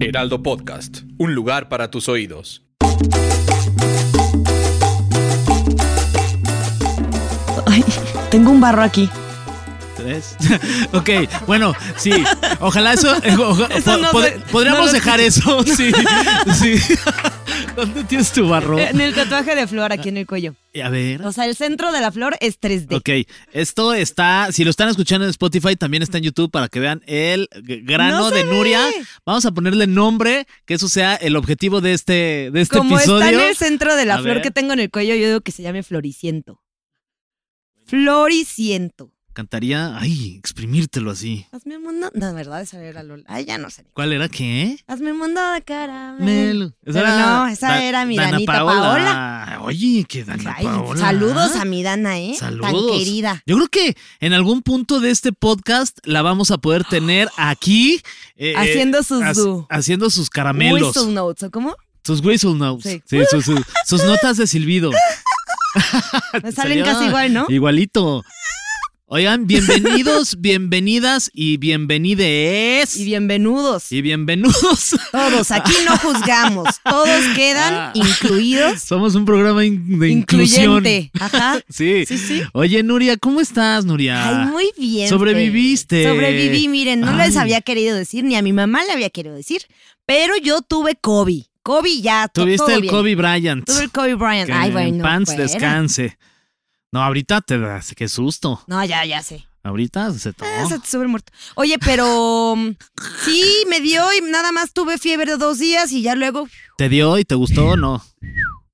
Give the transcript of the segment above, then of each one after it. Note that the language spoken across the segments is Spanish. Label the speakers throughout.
Speaker 1: Heraldo Podcast, un lugar para tus oídos.
Speaker 2: Ay, tengo un barro aquí.
Speaker 3: Tres. ok, bueno, sí. Ojalá eso. eh, oja-
Speaker 2: Eso
Speaker 3: po-
Speaker 2: no
Speaker 3: pod-
Speaker 2: se- no
Speaker 3: podríamos
Speaker 2: lo
Speaker 3: dejar eso. Sí. sí. ¿Dónde tienes tu barro?
Speaker 2: Eh, En el tatuaje de flor aquí en el cuello.
Speaker 3: A ver.
Speaker 2: O sea, el centro de la flor es 3D.
Speaker 3: Ok, esto está, si lo están escuchando en Spotify, también está en YouTube para que vean el g- grano
Speaker 2: No se
Speaker 3: de
Speaker 2: ve.
Speaker 3: Nuria. Vamos a ponerle nombre, que eso sea el objetivo de este, de este
Speaker 2: Como
Speaker 3: episodio.
Speaker 2: está en el centro de la
Speaker 3: A
Speaker 2: flor
Speaker 3: ver.
Speaker 2: que tengo en el cuello, yo digo que se llame floriciento. Floriciento.
Speaker 3: Cantaría, ay, exprimírtelo así.
Speaker 2: Hazme un mundo. No, verdad, esa era Lola. Ay, ya no sé.
Speaker 3: ¿Cuál era qué?
Speaker 2: Hazme un mundo de caramelo.
Speaker 3: Mel.
Speaker 2: Pero no, esa era mi Danita
Speaker 3: Oye, que Dana
Speaker 2: Ay,
Speaker 3: Paola.
Speaker 2: saludos a mi Dana, ¿eh?
Speaker 3: Saludos.
Speaker 2: Tan querida.
Speaker 3: Yo creo que en algún punto de este podcast la vamos a poder tener aquí. eh,
Speaker 2: Haciendo sus du.
Speaker 3: Haciendo sus caramelos.
Speaker 2: Whistle notes, ¿o cómo?
Speaker 3: Sus whistle notes.
Speaker 2: Sí.
Speaker 3: Sí, sus, sus- sus notas de silbido.
Speaker 2: Me salen
Speaker 3: Salió
Speaker 2: casi igual, ¿no?
Speaker 3: Igualito. Oigan, bienvenidos, bienvenidas y bienvenides.
Speaker 2: Y bienvenidos.
Speaker 3: Y bienvenidos.
Speaker 2: Todos, aquí no juzgamos. Todos quedan
Speaker 3: Ah.
Speaker 2: incluidos.
Speaker 3: Somos un programa in- de inclusión.
Speaker 2: Incluyente. Ajá.
Speaker 3: Sí.
Speaker 2: Sí, sí.
Speaker 3: Oye, Nuria, ¿cómo estás, Nuria?
Speaker 2: Ay, muy bien.
Speaker 3: Sobreviviste.
Speaker 2: Fer. Sobreviví, miren, no
Speaker 3: Ay.
Speaker 2: les había querido decir, ni a mi mamá le había querido decir, pero yo tuve COVID. COVID ya. to-
Speaker 3: Tuviste
Speaker 2: todo
Speaker 3: el
Speaker 2: bien.
Speaker 3: Kobe Bryant.
Speaker 2: Tuve el COVID Bryant.
Speaker 3: Que
Speaker 2: Ay,
Speaker 3: en
Speaker 2: bueno.
Speaker 3: Pants
Speaker 2: fuera.
Speaker 3: descanse. No, ahorita te das, qué susto.
Speaker 2: No, ya, ya sé.
Speaker 3: Ahorita se tomó.
Speaker 2: Ah, se te sube el muerto. Oye, pero mm, sí, me dio y nada más tuve fiebre de dos días y ya luego,
Speaker 3: ¿Te dio y te gustó o no?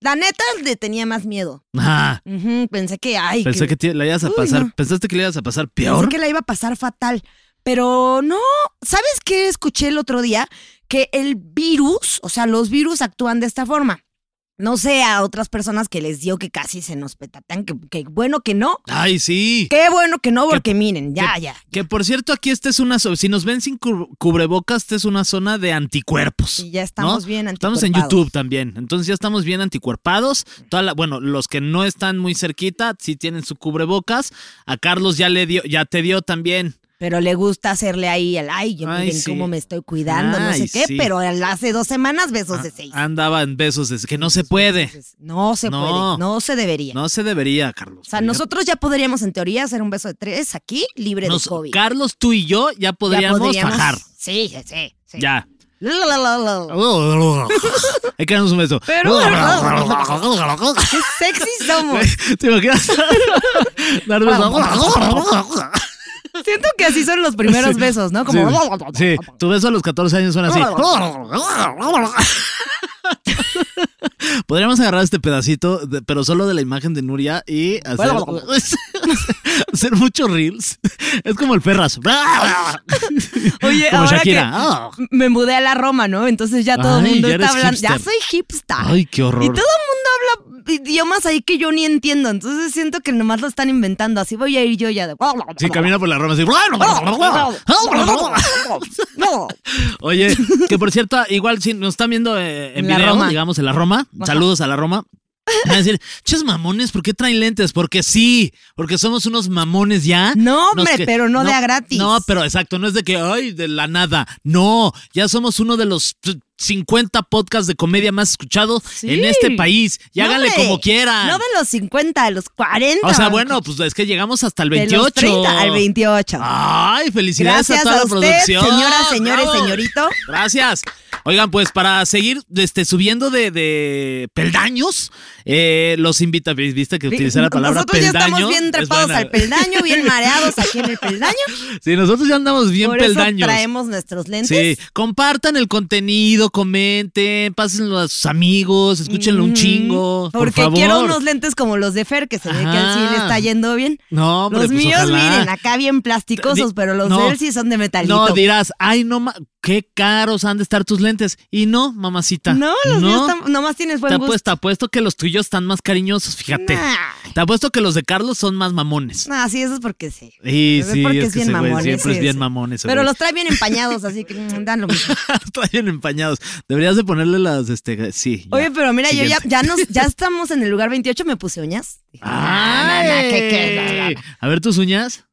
Speaker 2: la neta, le tenía más miedo.
Speaker 3: Ah,
Speaker 2: Ujú, pensé que, ay,
Speaker 3: pensé que te- la ibas a
Speaker 2: Uy,
Speaker 3: pasar.
Speaker 2: no.
Speaker 3: ¿Pensaste que le ibas a pasar
Speaker 2: Pensé
Speaker 3: peor?
Speaker 2: que la iba a pasar fatal. Pero no, ¿sabes qué escuché el otro día? Que el virus, o sea, los virus actúan de esta forma. No sé a otras personas que les dio que casi se nos petatean, que, que bueno que no.
Speaker 3: Ay, sí.
Speaker 2: Qué bueno que no, porque miren, ya, ya.
Speaker 3: Que por cierto, aquí esta es una. zo- Si nos ven sin cub- cubrebocas, esta es una zona de anticuerpos.
Speaker 2: Y ya estamos
Speaker 3: ¿no?
Speaker 2: bien
Speaker 3: Estamos en
Speaker 2: anticuerpados.
Speaker 3: YouTube también. Entonces ya estamos bien anticuerpados. Toda la- bueno, los que no están muy cerquita, sí tienen su cubrebocas. A Carlos ya le dio, ya te dio también.
Speaker 2: Pero le gusta hacerle ahí al ay, yo
Speaker 3: Ay,
Speaker 2: miren
Speaker 3: sí.
Speaker 2: cómo me estoy cuidando, no sé
Speaker 3: Ay,
Speaker 2: qué,
Speaker 3: sí.
Speaker 2: pero al- hace dos semanas besos de seis.
Speaker 3: Andaba en besos de que no se puede.
Speaker 2: Entonces, No se
Speaker 3: No.
Speaker 2: puede, no se debería.
Speaker 3: No se debería, Carlos.
Speaker 2: O sea, nosotros ya podríamos en teoría hacer un beso de tres aquí, libre
Speaker 3: Nos-
Speaker 2: de COVID.
Speaker 3: Carlos, tú y yo ya podríamos,
Speaker 2: Ya
Speaker 3: fajar.
Speaker 2: Sí, sí, sí. sí.
Speaker 3: Ya.
Speaker 2: La, la, la, la, la.
Speaker 3: Hay que darnos un beso.
Speaker 2: Pero- Qué sexy somos.
Speaker 3: ¿Te imaginas? Darnos-
Speaker 2: Siento que así son los primeros besos, ¿no? Como.
Speaker 3: Sí, tu beso a los 14 años suena así. Podríamos agarrar este pedacito, de- pero solo de la imagen de Nuria y hacer, hacer muchos reels. Es como el perras.
Speaker 2: Oye,
Speaker 3: como
Speaker 2: ahora
Speaker 3: Shakira.
Speaker 2: que me mudé a la Roma, ¿no? Entonces ya todo el
Speaker 3: Ay,
Speaker 2: mundo
Speaker 3: ya
Speaker 2: está
Speaker 3: eres
Speaker 2: hablando. Ya
Speaker 3: hipster.
Speaker 2: soy hipster.
Speaker 3: Ay, qué horror.
Speaker 2: Y todo el mundo habla idiomas ahí que yo ni entiendo. Entonces siento que nomás lo están inventando. Así voy a ir yo ya de.
Speaker 3: Sí, camina por la Roma así.
Speaker 2: No.
Speaker 3: Oye, que por cierto, igual si nos están viendo eh, en
Speaker 2: La
Speaker 3: video,
Speaker 2: Roma.
Speaker 3: digamos, en la Roma,
Speaker 2: Ajá.
Speaker 3: saludos a la Roma. Van a decir, ches mamones, ¿por qué traen lentes? Porque sí, porque somos unos mamones ya.
Speaker 2: No,
Speaker 3: Nos
Speaker 2: hombre, pero no de a gratis.
Speaker 3: No, pero exacto, no es de que, ay, de la nada. No, ya somos uno de los t- 50 podcasts de comedia más escuchados
Speaker 2: Sí.
Speaker 3: en este país. Y
Speaker 2: No,
Speaker 3: háganle
Speaker 2: hombre.
Speaker 3: como quieran.
Speaker 2: No de los 50, de los 40.
Speaker 3: o sea,
Speaker 2: man.
Speaker 3: bueno, pues es que llegamos hasta el
Speaker 2: De
Speaker 3: 28.
Speaker 2: los 30 al 28.
Speaker 3: Ay, felicidades
Speaker 2: Gracias
Speaker 3: a toda
Speaker 2: a
Speaker 3: la
Speaker 2: usted,
Speaker 3: producción.
Speaker 2: señoras, señores,
Speaker 3: Bravo.
Speaker 2: señorito.
Speaker 3: Gracias. Oigan, pues para seguir este, subiendo de, de peldaños, eh, los invita, viste que utilicé la palabra
Speaker 2: Nosotros
Speaker 3: peldaño.
Speaker 2: ya estamos bien
Speaker 3: Es
Speaker 2: trepados
Speaker 3: buena.
Speaker 2: al peldaño, bien mareados aquí en el peldaño.
Speaker 3: Sí, nosotros ya andamos bien
Speaker 2: Por eso
Speaker 3: peldaños.
Speaker 2: traemos nuestros lentes.
Speaker 3: Sí, compartan el contenido, video, comenten, pásenlo a sus amigos, escúchenlo un
Speaker 2: Ujú.
Speaker 3: chingo. por
Speaker 2: Mm, Porque
Speaker 3: favor.
Speaker 2: quiero unos lentes como los de Fer, que se ve que él sí le
Speaker 3: Ajá.
Speaker 2: está yendo bien.
Speaker 3: No, hombre,
Speaker 2: los
Speaker 3: pues,
Speaker 2: míos,
Speaker 3: ojalá.
Speaker 2: miren, acá bien plasticosos,
Speaker 3: Di-
Speaker 2: pero los
Speaker 3: no.
Speaker 2: de él sí son de metalito.
Speaker 3: No, dirás, ay, no, ma- qué caros han de estar tus lentes. Y no, mamacita.
Speaker 2: No, los míos
Speaker 3: no.
Speaker 2: tam- nomás tienes buen
Speaker 3: Te
Speaker 2: gusto.
Speaker 3: apuesto, te apuesto que los tuyos están más cariñosos, fíjate.
Speaker 2: Nah.
Speaker 3: Te apuesto que los de Carlos son más mamones.
Speaker 2: Ah, sí, eso es porque sí.
Speaker 3: Y
Speaker 2: Es
Speaker 3: sí,
Speaker 2: porque
Speaker 3: es
Speaker 2: es
Speaker 3: que
Speaker 2: bien
Speaker 3: ese güey
Speaker 2: mamón,
Speaker 3: siempre es
Speaker 2: ese,
Speaker 3: bien
Speaker 2: ese.
Speaker 3: mamón ese
Speaker 2: Pero
Speaker 3: güey.
Speaker 2: los trae bien empañados, así que mm, dan lo mismo.
Speaker 3: Está bien empañados. Deberías de ponerle las, este, sí. ya.
Speaker 2: Oye, pero mira, yo ya,
Speaker 3: Siguiente.
Speaker 2: ya, nos, ya estamos en el lugar 28, me puse uñas. Dije, "Ah, na, na, ¿qué, qué, la, la,
Speaker 3: ¡Ay! A ver tus uñas.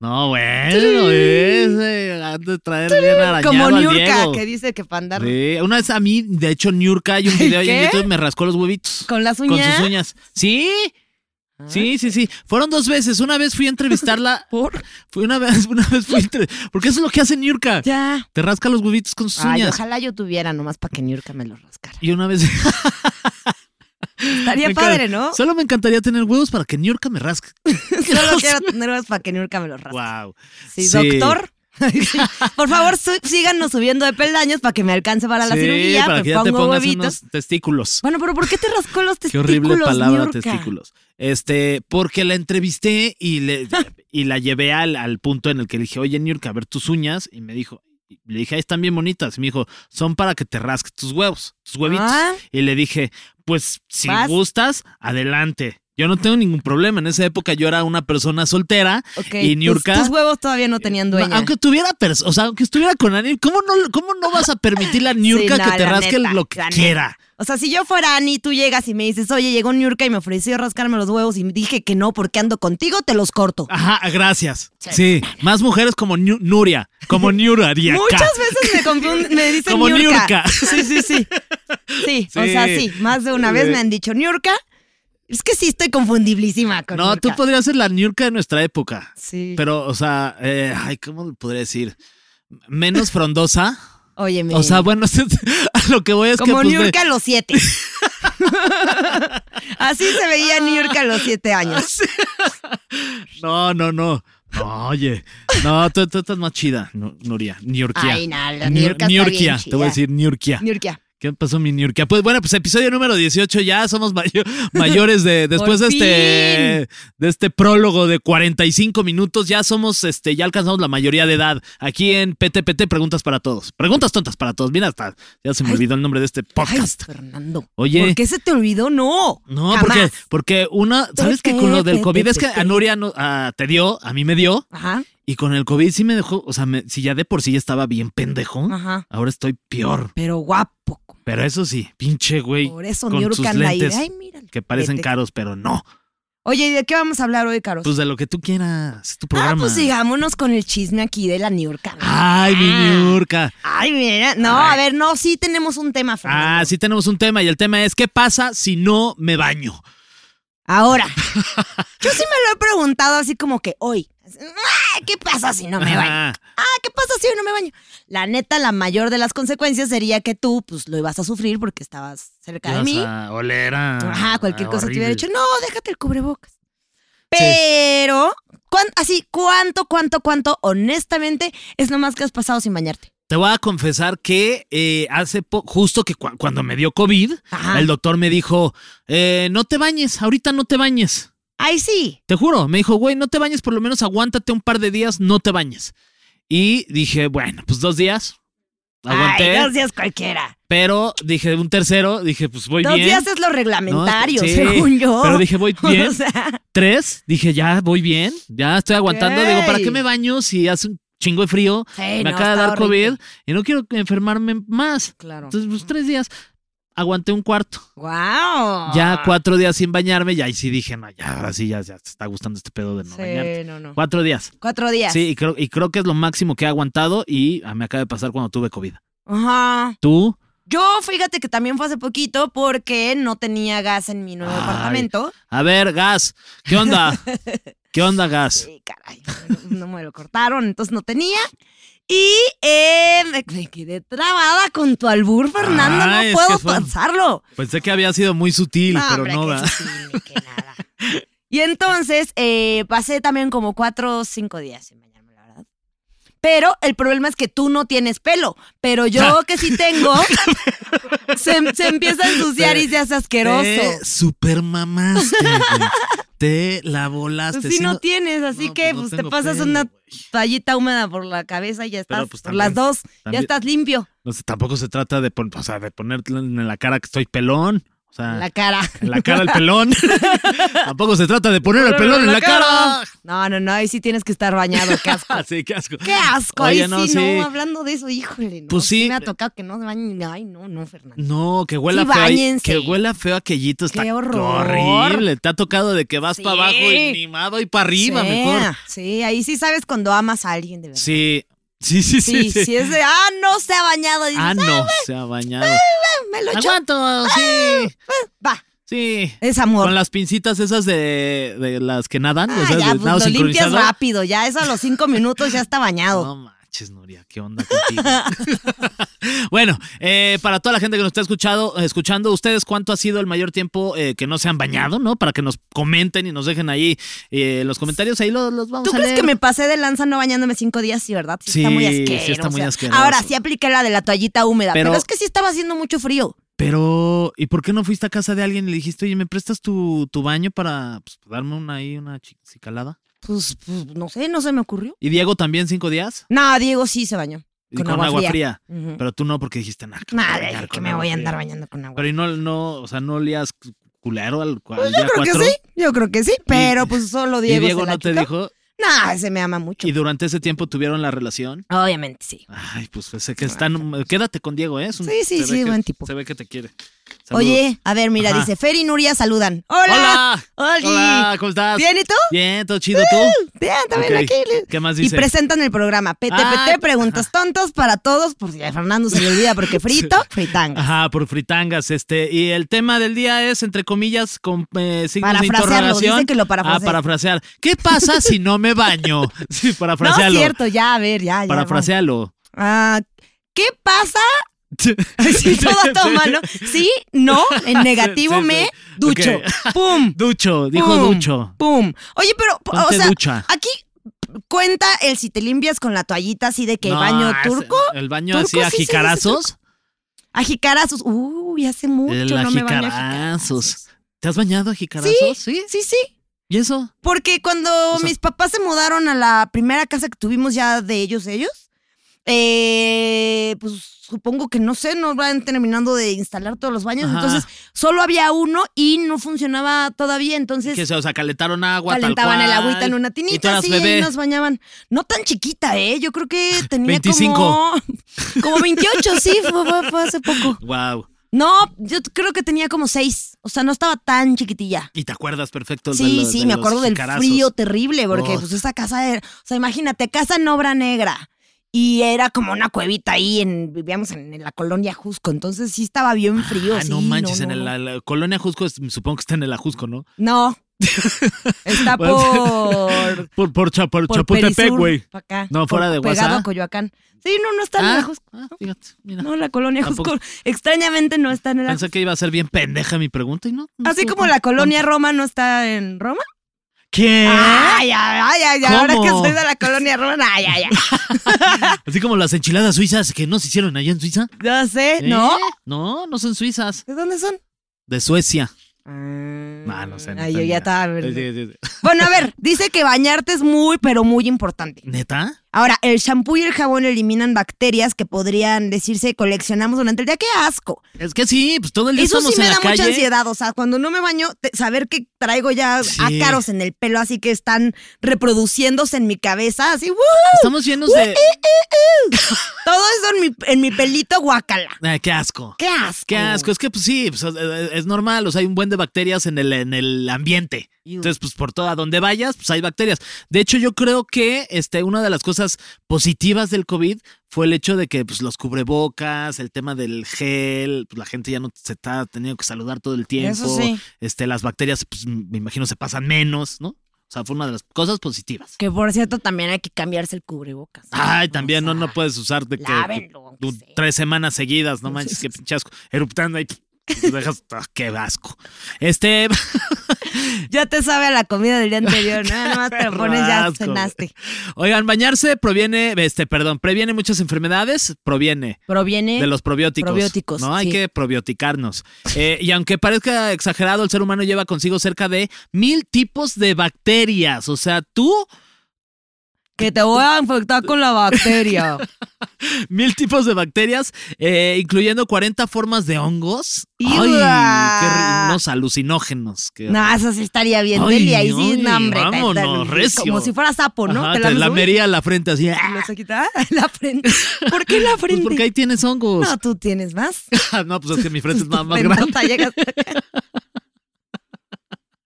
Speaker 3: No, bueno, ese. Antes de traer bien
Speaker 2: la".
Speaker 3: arañado
Speaker 2: Como
Speaker 3: al
Speaker 2: Niurka,
Speaker 3: Diego.
Speaker 2: que dice que para andar
Speaker 3: Sí, Una vez a mí, de hecho, Niurka, hay un video ahí en
Speaker 2: ¿Qué?
Speaker 3: YouTube, me rascó los huevitos.
Speaker 2: con las
Speaker 3: Con
Speaker 2: uñas.
Speaker 3: sus uñas. Sí,
Speaker 2: Ah.
Speaker 3: sí, sí, sí. Fueron dos veces. Una vez fui a entrevistarla.
Speaker 2: ¿Por?
Speaker 3: Fui una vez, una vez fui a entre- Porque eso es lo que hace Niurka.
Speaker 2: Ya.
Speaker 3: Te rasca los huevitos con sus
Speaker 2: Ay,
Speaker 3: uñas.
Speaker 2: ojalá yo tuviera nomás para que Niurka me los rascara.
Speaker 3: Y una vez.
Speaker 2: Estaría
Speaker 3: Me encanta.
Speaker 2: padre, ¿no?
Speaker 3: Solo me encantaría tener huevos para que Niurka me rasque.
Speaker 2: Solo quiero tenerlas para que Niurka me los rasque.
Speaker 3: Wow.
Speaker 2: Sí,
Speaker 3: Sí.
Speaker 2: doctor. Por favor, su- síganos subiendo de peldaños para que me alcance para la
Speaker 3: Sí,
Speaker 2: cirugía.
Speaker 3: para
Speaker 2: me
Speaker 3: que ya te
Speaker 2: pongo
Speaker 3: pongas
Speaker 2: huevitos.
Speaker 3: unos testículos.
Speaker 2: Bueno, pero ¿por qué te rascó los
Speaker 3: Qué
Speaker 2: testículos?
Speaker 3: horrible palabra,
Speaker 2: Niurka?
Speaker 3: testículos. Este, porque la entrevisté y le y la llevé al, al punto en el que le dije, oye, Niurka, a ver tus uñas. Y me dijo, y le dije, "Ay, están bien bonitas. Y me dijo, son para que te rasques tus huevos, tus huevitos.
Speaker 2: Ah.
Speaker 3: Y le dije, pues si
Speaker 2: Vas.
Speaker 3: gustas, adelante. Yo no tengo ningún problema. En esa época yo era una persona soltera.
Speaker 2: Ok,
Speaker 3: Y
Speaker 2: tus-
Speaker 3: Niurka-
Speaker 2: Tus, huevos todavía no tenían dueño.
Speaker 3: No, aunque tuviera, pers- o sea, aunque estuviera con alguien, ¿cómo no, ¿cómo no vas a permitirle a Niurka
Speaker 2: no,
Speaker 3: que te
Speaker 2: la
Speaker 3: rasque
Speaker 2: neta,
Speaker 3: lo que
Speaker 2: la
Speaker 3: quiera?
Speaker 2: O sea, si yo fuera Ani, tú llegas y me dices, oye, llegó Niurka y me ofreció rascarme los huevos y me dije que no porque ando contigo, te los corto.
Speaker 3: Ajá, gracias. Sí. Más mujeres como Nu- Nuria, como Niura Diaca.
Speaker 2: Muchas veces me confunden, me dicen
Speaker 3: Como
Speaker 2: Niurka.
Speaker 3: Niurka.
Speaker 2: Sí, sí, sí, sí. o
Speaker 3: Sí.
Speaker 2: sea, sí, más de una vez
Speaker 3: Sí.
Speaker 2: me han dicho Niurka. Es que sí estoy confundiblísima con
Speaker 3: No, tú
Speaker 2: Niurka.
Speaker 3: podrías ser la Niurka de nuestra época.
Speaker 2: Sí.
Speaker 3: Pero, o sea, eh, ay, ¿cómo lo podría decir? Menos frondosa.
Speaker 2: Óyeme.
Speaker 3: O sea, bueno, a lo que voy es que.
Speaker 2: como
Speaker 3: pues, me-
Speaker 2: Niurka a los siete. Así se veía Niurka a los siete
Speaker 3: Ah,
Speaker 2: años.
Speaker 3: No, no, no. No, oye. No, tú, tú estás más chida, Nu- Nuria. Niurkia.
Speaker 2: Ay, no, la
Speaker 3: Niur-
Speaker 2: Niurka está
Speaker 3: Niurkia,
Speaker 2: bien
Speaker 3: te voy
Speaker 2: chida.
Speaker 3: a decir Niurkia.
Speaker 2: Niurka.
Speaker 3: ¿Qué pasó, mi Niurka? Pues bueno, pues episodio número 18, ya somos mayo- mayores de después de
Speaker 2: Por
Speaker 3: este, de este prólogo de 45 minutos, ya somos, este, ya alcanzamos la mayoría de edad. Aquí en PTPT, preguntas para todos. Preguntas tontas para todos. Mira, hasta ya se me olvidó el nombre de este
Speaker 2: Ay,
Speaker 3: podcast.
Speaker 2: Fernando.
Speaker 3: Oye.
Speaker 2: ¿Por qué se te olvidó? No.
Speaker 3: No,
Speaker 2: jamás.
Speaker 3: porque, porque una, ¿sabes que con lo del COVID es que a Nuria no- ah, te dio, a mí me dio,
Speaker 2: Ajá,
Speaker 3: y con el COVID sí me dejó, o sea, me- si ya de por sí ya estaba bien pendejo,
Speaker 2: ajá.
Speaker 3: ahora estoy peor.
Speaker 2: Pero guapo. como-
Speaker 3: Pero eso sí, pinche güey.
Speaker 2: Por eso
Speaker 3: con sus
Speaker 2: Niurka anda ahí. de,
Speaker 3: lentes
Speaker 2: Ay, mira.
Speaker 3: que parecen
Speaker 2: Vete.
Speaker 3: caros, pero no.
Speaker 2: Oye, ¿y de qué vamos a hablar hoy, Carlos?
Speaker 3: Pues de lo que tú quieras, es tu
Speaker 2: ah,
Speaker 3: programa.
Speaker 2: pues sigámonos con el chisme aquí de la Niurka.
Speaker 3: Ay, mi Niurka.
Speaker 2: Ah. Ay, mira. No, a ver, no, sí tenemos un tema, Fernando.
Speaker 3: Ah, sí tenemos un tema y el tema es ¿qué pasa si no me baño?
Speaker 2: Ahora, yo sí me lo he preguntado así como que hoy. Ah, ¿Qué pasa si no me baño?
Speaker 3: Ajá.
Speaker 2: Ah, ¿qué pasa si hoy no me baño? La neta, la mayor de las consecuencias sería que tú, pues, lo ibas a sufrir porque estabas cerca de
Speaker 3: Ibas
Speaker 2: mí.
Speaker 3: a oler a-
Speaker 2: Ajá, cualquier
Speaker 3: a
Speaker 2: cosa te hubiera
Speaker 3: horrible.
Speaker 2: dicho, no, déjate el cubrebocas. Pero, ¿cuán- así, ¿cuánto, cuánto, cuánto, honestamente, es nomás que has pasado sin bañarte?
Speaker 3: Te voy a confesar que eh, hace po- justo que cu- cuando me dio COVID,
Speaker 2: Ajá.
Speaker 3: el doctor me dijo, eh, no te bañes, ahorita no te bañes.
Speaker 2: Ay, sí.
Speaker 3: Te juro, me dijo, güey, no te bañes, por lo menos aguántate un par de días, no te bañes. Y dije, bueno, pues dos días. Aguanté.
Speaker 2: Ay, dos días cualquiera.
Speaker 3: Pero dije, un tercero, dije, pues voy
Speaker 2: dos
Speaker 3: bien.
Speaker 2: días es lo reglamentario,
Speaker 3: No, sí,
Speaker 2: según yo.
Speaker 3: Pero dije, voy bien.
Speaker 2: O sea,
Speaker 3: Tres, dije, ya voy bien, ya estoy aguantando. Digo, ¿para qué me baño si hace un chingo de frío?
Speaker 2: sí,
Speaker 3: me
Speaker 2: Eh, no,
Speaker 3: acaba de
Speaker 2: está
Speaker 3: dar
Speaker 2: horrible.
Speaker 3: COVID y no quiero enfermarme más.
Speaker 2: Claro.
Speaker 3: Entonces, pues tres días. Aguanté un cuarto.
Speaker 2: Wow.
Speaker 3: Ya cuatro días sin bañarme, ya ahí sí dije, no, ya, ahora sí, ya, ya te está gustando este pedo de no bañarte.
Speaker 2: Sí, no, no.
Speaker 3: Cuatro días.
Speaker 2: Cuatro días.
Speaker 3: Sí, y creo, y creo que es lo máximo que he aguantado y ah, me acaba de pasar cuando tuve COVID.
Speaker 2: Ajá.
Speaker 3: ¿Tú?
Speaker 2: Yo, fíjate que también fue hace poquito porque no tenía gas en mi nuevo
Speaker 3: Ay.
Speaker 2: apartamento.
Speaker 3: A ver, gas, ¿qué onda? ¿Qué onda, gas?
Speaker 2: Sí, caray, no, no me lo cortaron, entonces no tenía. Y eh, me, me quedé trabada con tu albur, Fernando,
Speaker 3: Ah, es
Speaker 2: no puedo
Speaker 3: que fue-
Speaker 2: pasarlo.
Speaker 3: Pensé que había sido muy sutil,
Speaker 2: No,
Speaker 3: pero
Speaker 2: hombre,
Speaker 3: no,
Speaker 2: que
Speaker 3: ¿verdad?
Speaker 2: sí, ni que nada. Y entonces eh, pasé también como cuatro o cinco días sin bañarme, la verdad. Pero el problema es que tú no tienes pelo, pero
Speaker 3: Ah.
Speaker 2: yo que sí tengo, se, se empieza a ensuciar y se hace asqueroso. Pues
Speaker 3: Te super mamaste, güey. Te la volaste.
Speaker 2: Pues sí,
Speaker 3: Sí,
Speaker 2: no tienes, así
Speaker 3: no,
Speaker 2: que
Speaker 3: pues no
Speaker 2: pues, te
Speaker 3: tengo
Speaker 2: pasas
Speaker 3: pelo,
Speaker 2: una
Speaker 3: güey.
Speaker 2: toallita húmeda por la cabeza y ya
Speaker 3: Pero,
Speaker 2: estás,
Speaker 3: pues,
Speaker 2: por las
Speaker 3: también-
Speaker 2: dos, ya
Speaker 3: también-
Speaker 2: estás limpio
Speaker 3: No sé, tampoco se trata de, pon- o sea, de ponértelo en la cara que estoy pelón. O sea,
Speaker 2: la cara.
Speaker 3: en la cara el pelón. tampoco se trata de poner el pelón en la, cara.
Speaker 2: No, no, no, ahí sí tienes que estar bañado, qué asco.
Speaker 3: sí, qué asco.
Speaker 2: Qué asco,
Speaker 3: Oye,
Speaker 2: ahí
Speaker 3: no,
Speaker 2: sí,
Speaker 3: sí.
Speaker 2: no, hablando de eso, híjole, no,
Speaker 3: Pues sí.
Speaker 2: me ha tocado que no se bañen, ay, no, no, Fernando.
Speaker 3: No, que huela
Speaker 2: Sí,
Speaker 3: feo. ahí-
Speaker 2: báñense.
Speaker 3: Que huela feo aquellito. Está
Speaker 2: Qué horror.
Speaker 3: horrible. Te ha tocado de que vas
Speaker 2: Sí.
Speaker 3: para abajo y ni más voy para arriba,
Speaker 2: sí,
Speaker 3: mejor.
Speaker 2: Sí, ahí sí sabes cuando amas a alguien, de verdad. Sí,
Speaker 3: Sí. Sí, sí, sí. sí.
Speaker 2: si es de, ah, no se ha bañado, dices,
Speaker 3: Ah, no, se ha bañado.
Speaker 2: me lo echo, ¡Ah!
Speaker 3: Aguanto, sí.
Speaker 2: va,
Speaker 3: Sí.
Speaker 2: es amor.
Speaker 3: Con las pincitas esas de, de las que nadan, o
Speaker 2: Ah,
Speaker 3: sea,
Speaker 2: ya,
Speaker 3: de
Speaker 2: pues,
Speaker 3: nado
Speaker 2: lo limpias
Speaker 3: sincronizado.
Speaker 2: rápido, ya eso a los cinco minutos ya está bañado.
Speaker 3: No manches, Nuria, ¿qué onda contigo? bueno, eh, para toda la gente que nos está escuchado, escuchando, ¿ustedes cuánto ha sido el mayor tiempo eh, que no se han bañado, no? Para que nos comenten y nos dejen ahí eh, los comentarios, ahí los, los vamos
Speaker 2: ¿Tú
Speaker 3: a
Speaker 2: crees
Speaker 3: leer.
Speaker 2: que me pasé de lanza no bañándome cinco días? Sí, ¿verdad? Sí, está muy
Speaker 3: Sí, sí
Speaker 2: asqueroso.
Speaker 3: está muy asqueroso.
Speaker 2: Ahora sí apliqué la de la toallita húmeda, pero,
Speaker 3: Pero-
Speaker 2: es que sí estaba haciendo mucho frío.
Speaker 3: Pero, ¿y por qué no fuiste a casa de alguien y le dijiste, oye, ¿me prestas tu, tu baño para pues, darme una ahí, una chi- cicalada?
Speaker 2: Pues, pues, no sé, no se me ocurrió.
Speaker 3: ¿Y Diego también cinco días?
Speaker 2: No, Diego sí se bañó.
Speaker 3: Y
Speaker 2: Con agua fría. Ujú.
Speaker 3: Pero tú no, porque dijiste, nada.
Speaker 2: Madre, que me voy a andar bañando con agua.
Speaker 3: Pero y no, no, o sea, no olías cu- culero al, cua- al
Speaker 2: Pues yo
Speaker 3: día
Speaker 2: creo
Speaker 3: cuatro.
Speaker 2: que sí, yo creo que sí, pero pues solo Diego.
Speaker 3: y Diego
Speaker 2: se la
Speaker 3: no te
Speaker 2: quitó.
Speaker 3: dijo.
Speaker 2: Nah, se me ama mucho.
Speaker 3: Y durante ese tiempo tuvieron la relación.
Speaker 2: Obviamente sí.
Speaker 3: Ay, pues sé que están. Quédate con Diego, ¿eh? Es un-
Speaker 2: Sí, sí,
Speaker 3: se ve
Speaker 2: sí,
Speaker 3: que-
Speaker 2: buen tipo.
Speaker 3: Se ve que te quiere. Saludos.
Speaker 2: Oye, a ver, mira,
Speaker 3: Ajá.
Speaker 2: dice Fer y Nuria saludan. Hola.
Speaker 3: ¡Hola!
Speaker 2: Oli.
Speaker 3: Hola, ¿cómo estás?
Speaker 2: ¿Bien y tú?
Speaker 3: Bien, todo chido, ¿tú?
Speaker 2: Bien, también
Speaker 3: Ok.
Speaker 2: aquí.
Speaker 3: ¿Qué más
Speaker 2: Y
Speaker 3: dice?
Speaker 2: presentan el programa PTPT,
Speaker 3: Ah.
Speaker 2: preguntas tontas para todos, por si a Fernando se le olvida porque frito, fritanga.
Speaker 3: Ajá, por fritangas, este. Y el tema del día es, entre comillas, con eh, signos de
Speaker 2: Parafrasearlo,
Speaker 3: interrogación.
Speaker 2: dice que lo
Speaker 3: Ah,
Speaker 2: parafrasees.
Speaker 3: parafrasear. ¿Qué pasa si no me baño? Sí,
Speaker 2: No es
Speaker 3: parafrasealo.
Speaker 2: cierto, ya, a ver, ya, ya. vamos.
Speaker 3: Parafrasealo.
Speaker 2: Ah, ¿qué pasa si todo toma, no? Sí, no, en negativo
Speaker 3: Sí, sí,
Speaker 2: me
Speaker 3: sí.
Speaker 2: ducho.
Speaker 3: Ok.
Speaker 2: Pum,
Speaker 3: Ducho, dijo
Speaker 2: Pum.
Speaker 3: Ducho.
Speaker 2: pum. Oye, pero, p- Mm. o
Speaker 3: Ponte
Speaker 2: sea,
Speaker 3: ducha.
Speaker 2: aquí cuenta el si te limpias con la toallita así de que
Speaker 3: No,
Speaker 2: baño
Speaker 3: ese-
Speaker 2: turco.
Speaker 3: El baño
Speaker 2: ¿Turco
Speaker 3: así a
Speaker 2: sí se dice
Speaker 3: jicarazos.
Speaker 2: A jicarazos. Uy, hace mucho
Speaker 3: El
Speaker 2: no me baño a
Speaker 3: ajicarazos.
Speaker 2: jicarazos.
Speaker 3: ¿Te has bañado a jicarazos? Sí.
Speaker 2: Sí, sí.
Speaker 3: ¿Y eso?
Speaker 2: Porque cuando
Speaker 3: sea-
Speaker 2: mis papás se mudaron a la primera casa que tuvimos ya de ellos, ellos, eh, pues supongo que no sé, no van terminando de instalar todos los baños.
Speaker 3: Ajá.
Speaker 2: Entonces, solo había uno y no funcionaba todavía. Entonces,
Speaker 3: Que se, o sea, calentaron agua. tal
Speaker 2: calentaban el
Speaker 3: cual.
Speaker 2: agüita en una
Speaker 3: Y tú
Speaker 2: tinita
Speaker 3: eras
Speaker 2: así
Speaker 3: bebé.
Speaker 2: y nos bañaban. No tan chiquita, ¿eh? Yo creo que tenía
Speaker 3: 25.
Speaker 2: como. Como 28, sí, fue, fue- fue hace poco.
Speaker 3: Wow.
Speaker 2: No, yo creo que tenía como 6. O sea, no estaba tan chiquitilla.
Speaker 3: Y te acuerdas perfecto de
Speaker 2: Sí,
Speaker 3: los-
Speaker 2: sí,
Speaker 3: de
Speaker 2: me
Speaker 3: los
Speaker 2: acuerdo del
Speaker 3: jicarazos.
Speaker 2: frío terrible, porque
Speaker 3: Oh.
Speaker 2: pues esa casa era, o sea, imagínate, casa en obra negra. Y era como una cuevita ahí, en, vivíamos en, en la colonia Jusco, entonces sí estaba bien frío.
Speaker 3: Ah,
Speaker 2: sí,
Speaker 3: no manches,
Speaker 2: no,
Speaker 3: en
Speaker 2: no.
Speaker 3: el- la, la colonia Jusco, es- supongo que está en el Ajusco, ¿no?
Speaker 2: No. Está por...
Speaker 3: Por, por, Cha- por
Speaker 2: por
Speaker 3: Chapultepec,
Speaker 2: Perisur,
Speaker 3: güey.
Speaker 2: pa' acá,
Speaker 3: No, fuera
Speaker 2: por-
Speaker 3: de
Speaker 2: Pegado
Speaker 3: Guasá.
Speaker 2: a Coyoacán. Sí, no, no está en el
Speaker 3: Ah,
Speaker 2: Ajusco.
Speaker 3: ah, fíjate, mira.
Speaker 2: No, la colonia
Speaker 3: Tampoco-
Speaker 2: Jusco extrañamente no está en el Ajusco.
Speaker 3: Pensé que iba a ser bien pendeja mi pregunta y no. no
Speaker 2: Así
Speaker 3: estuvo
Speaker 2: como
Speaker 3: tan-
Speaker 2: la
Speaker 3: tan-
Speaker 2: colonia Roma no está en Roma.
Speaker 3: ¿Qué?
Speaker 2: Ay, ay, ay, ay, ahora que
Speaker 3: ¿Eh? ¿Cómo?
Speaker 2: estoy de la colonia Roma, ay, ay, ay.
Speaker 3: Así como las enchiladas suizas que no se hicieron allá en Suiza.
Speaker 2: No sé, ¿no?
Speaker 3: ¿Eh? No, no son suizas.
Speaker 2: ¿De dónde son?
Speaker 3: De Suecia.
Speaker 2: Ah,
Speaker 3: No, no sé. no
Speaker 2: Ay, yo
Speaker 3: tengo
Speaker 2: ya
Speaker 3: idea.
Speaker 2: estaba.
Speaker 3: Sí,
Speaker 2: verde.
Speaker 3: sí, sí.
Speaker 2: Bueno, a ver, dice que bañarte es muy, pero muy importante.
Speaker 3: ¿Neta?
Speaker 2: Ahora, el shampoo y el jabón eliminan bacterias que podrían decirse coleccionamos durante el día. ¡Qué asco!
Speaker 3: Es que sí, pues todo el día
Speaker 2: Eso
Speaker 3: estamos
Speaker 2: sí me
Speaker 3: en
Speaker 2: da
Speaker 3: la calle.
Speaker 2: mucha ansiedad. O sea, cuando no me baño, te- saber que traigo ya
Speaker 3: Sí.
Speaker 2: ácaros en el pelo, así que están reproduciéndose en mi cabeza, así, ¡uh!
Speaker 3: Estamos llenos de.
Speaker 2: eh. Todo eso en mi, en mi pelito, guacala.
Speaker 3: Ay, Ah, qué asco.
Speaker 2: ¡Qué asco!
Speaker 3: Qué asco. Es que, pues sí, pues, es es normal. O sea, hay un buen de bacterias en el, en el ambiente. Entonces, pues por todo, a donde vayas, pues hay bacterias. De hecho, yo creo que este, una de las cosas positivas del COVID fue el hecho de que pues, los cubrebocas, el tema del gel, pues, la gente ya no se está teniendo que saludar todo el tiempo.
Speaker 2: Eso sí.
Speaker 3: Este, las bacterias, pues me imagino se pasan menos, ¿no? O sea, fue una de las cosas positivas.
Speaker 2: Que por cierto, también hay que cambiarse el cubrebocas.
Speaker 3: Ay, también no,
Speaker 2: O sea,
Speaker 3: no puedes usar de que
Speaker 2: lávenlo, aunque
Speaker 3: tú-
Speaker 2: sea.
Speaker 3: tres semanas seguidas, no manches, qué pinche asco. Eruptando ahí, te dejas, ah, qué asco. Este,
Speaker 2: Ya te sabe a la comida del día anterior, ¿no? Nada más te lo pones, ya
Speaker 3: Asco, güey.
Speaker 2: cenaste.
Speaker 3: Oigan, bañarse proviene, este, perdón, previene muchas enfermedades, proviene
Speaker 2: Proviene.
Speaker 3: de los probióticos.
Speaker 2: Eh, Probióticos,
Speaker 3: No hay
Speaker 2: sí.
Speaker 3: que probioticarnos. Eh, y aunque parezca exagerado, el ser humano lleva consigo cerca de mil tipos de bacterias. O sea, tú,
Speaker 2: Que te voy a infectar con la bacteria.
Speaker 3: mil tipos de bacterias, eh, incluyendo 40 formas de hongos. ¡Ay!
Speaker 2: ¡Iua!
Speaker 3: Qué ri- unos alucinógenos. qué
Speaker 2: no, eso sí estaría bien.
Speaker 3: Ay,
Speaker 2: Deli, ahí sí,
Speaker 3: ay,
Speaker 2: no, hombre.
Speaker 3: vámonos, recio.
Speaker 2: Como si fuera sapo, ¿no?
Speaker 3: Ajá,
Speaker 2: Te
Speaker 3: te
Speaker 2: lames, uy,
Speaker 3: lamería la frente así. ¡ah!
Speaker 2: ¿Me se quita? La frente. ¿Por qué la
Speaker 3: Pues
Speaker 2: frente?
Speaker 3: porque ahí tienes hongos.
Speaker 2: No, tú tienes más.
Speaker 3: No, pues es que mi frente es más, más
Speaker 2: Frente
Speaker 3: grande.
Speaker 2: hasta llegas-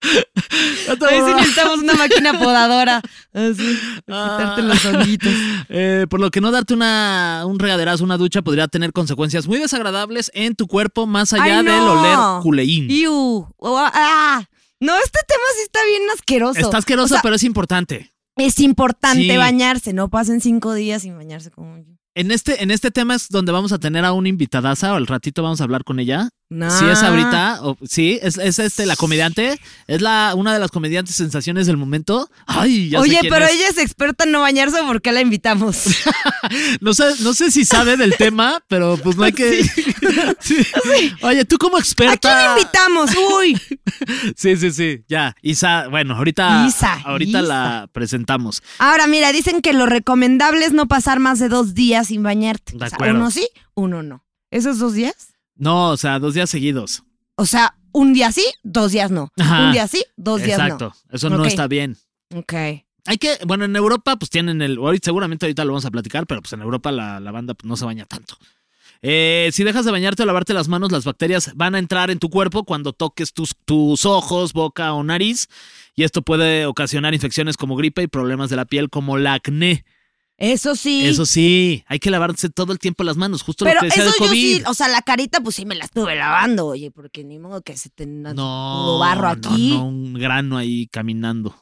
Speaker 2: Ahí sí necesitamos una máquina podadora. Así,
Speaker 3: Ah.
Speaker 2: para quitarte los honguitos.
Speaker 3: Eh, por lo que no darte una, un regaderazo, una ducha, podría tener consecuencias muy desagradables en tu cuerpo, más allá
Speaker 2: ¡Ay, no!
Speaker 3: del oler culeín.
Speaker 2: Iu. Ua- ah. No, este tema sí está bien asqueroso.
Speaker 3: Está asqueroso,
Speaker 2: O sea,
Speaker 3: pero es importante.
Speaker 2: Es importante
Speaker 3: Sí.
Speaker 2: bañarse. No pasen cinco días sin bañarse como yo.
Speaker 3: En este, en este tema es donde vamos a tener a una invitadaza, o al ratito vamos a hablar con ella.
Speaker 2: No.
Speaker 3: Si es ahorita, o, sí, es, es este, la comediante, es la, una de las comediantes sensaciones del momento. Ay, ya sé
Speaker 2: Oye,
Speaker 3: quién
Speaker 2: pero
Speaker 3: es.
Speaker 2: ella es experta en no bañarse, ¿por qué la invitamos?
Speaker 3: No sé, no sé si sabe del tema, pero pues no hay que. Sí. Oye, tú como
Speaker 2: ¿A quién
Speaker 3: experta.
Speaker 2: invitamos? Uy.
Speaker 3: Sí, sí, sí. Ya, Isa, bueno, ahorita,
Speaker 2: Isa,
Speaker 3: ahorita
Speaker 2: Isa.
Speaker 3: la presentamos.
Speaker 2: Ahora, mira, dicen que lo recomendable es no pasar más de dos días sin bañarte.
Speaker 3: De
Speaker 2: O sea,
Speaker 3: acuerdo.
Speaker 2: uno sí, uno no. ¿Esos dos días?
Speaker 3: No, o sea, dos días seguidos.
Speaker 2: O sea, un día sí, dos días no.
Speaker 3: Ajá.
Speaker 2: Un día sí, dos
Speaker 3: Exacto. Eso no
Speaker 2: Ok.
Speaker 3: está bien.
Speaker 2: días no. Ok.
Speaker 3: Hay que, bueno, en Europa pues tienen el, ahorita- seguramente ahorita lo vamos a platicar, pero pues en Europa la, la banda pues, no se baña tanto. Eh, si dejas de bañarte o lavarte las manos, las bacterias van a entrar en tu cuerpo cuando toques tus, tus ojos, boca o nariz y esto puede ocasionar infecciones como gripe y problemas de la piel como la acné.
Speaker 2: Eso sí.
Speaker 3: Eso sí, hay que lavarse todo el tiempo las manos, justo
Speaker 2: pero
Speaker 3: lo que decía
Speaker 2: eso
Speaker 3: del
Speaker 2: yo
Speaker 3: COVID.
Speaker 2: sí, o sea, la carita pues sí me la estuve lavando, oye, porque ni modo que se te no,
Speaker 3: No,
Speaker 2: barro
Speaker 3: no,
Speaker 2: aquí.
Speaker 3: No, un grano ahí caminando.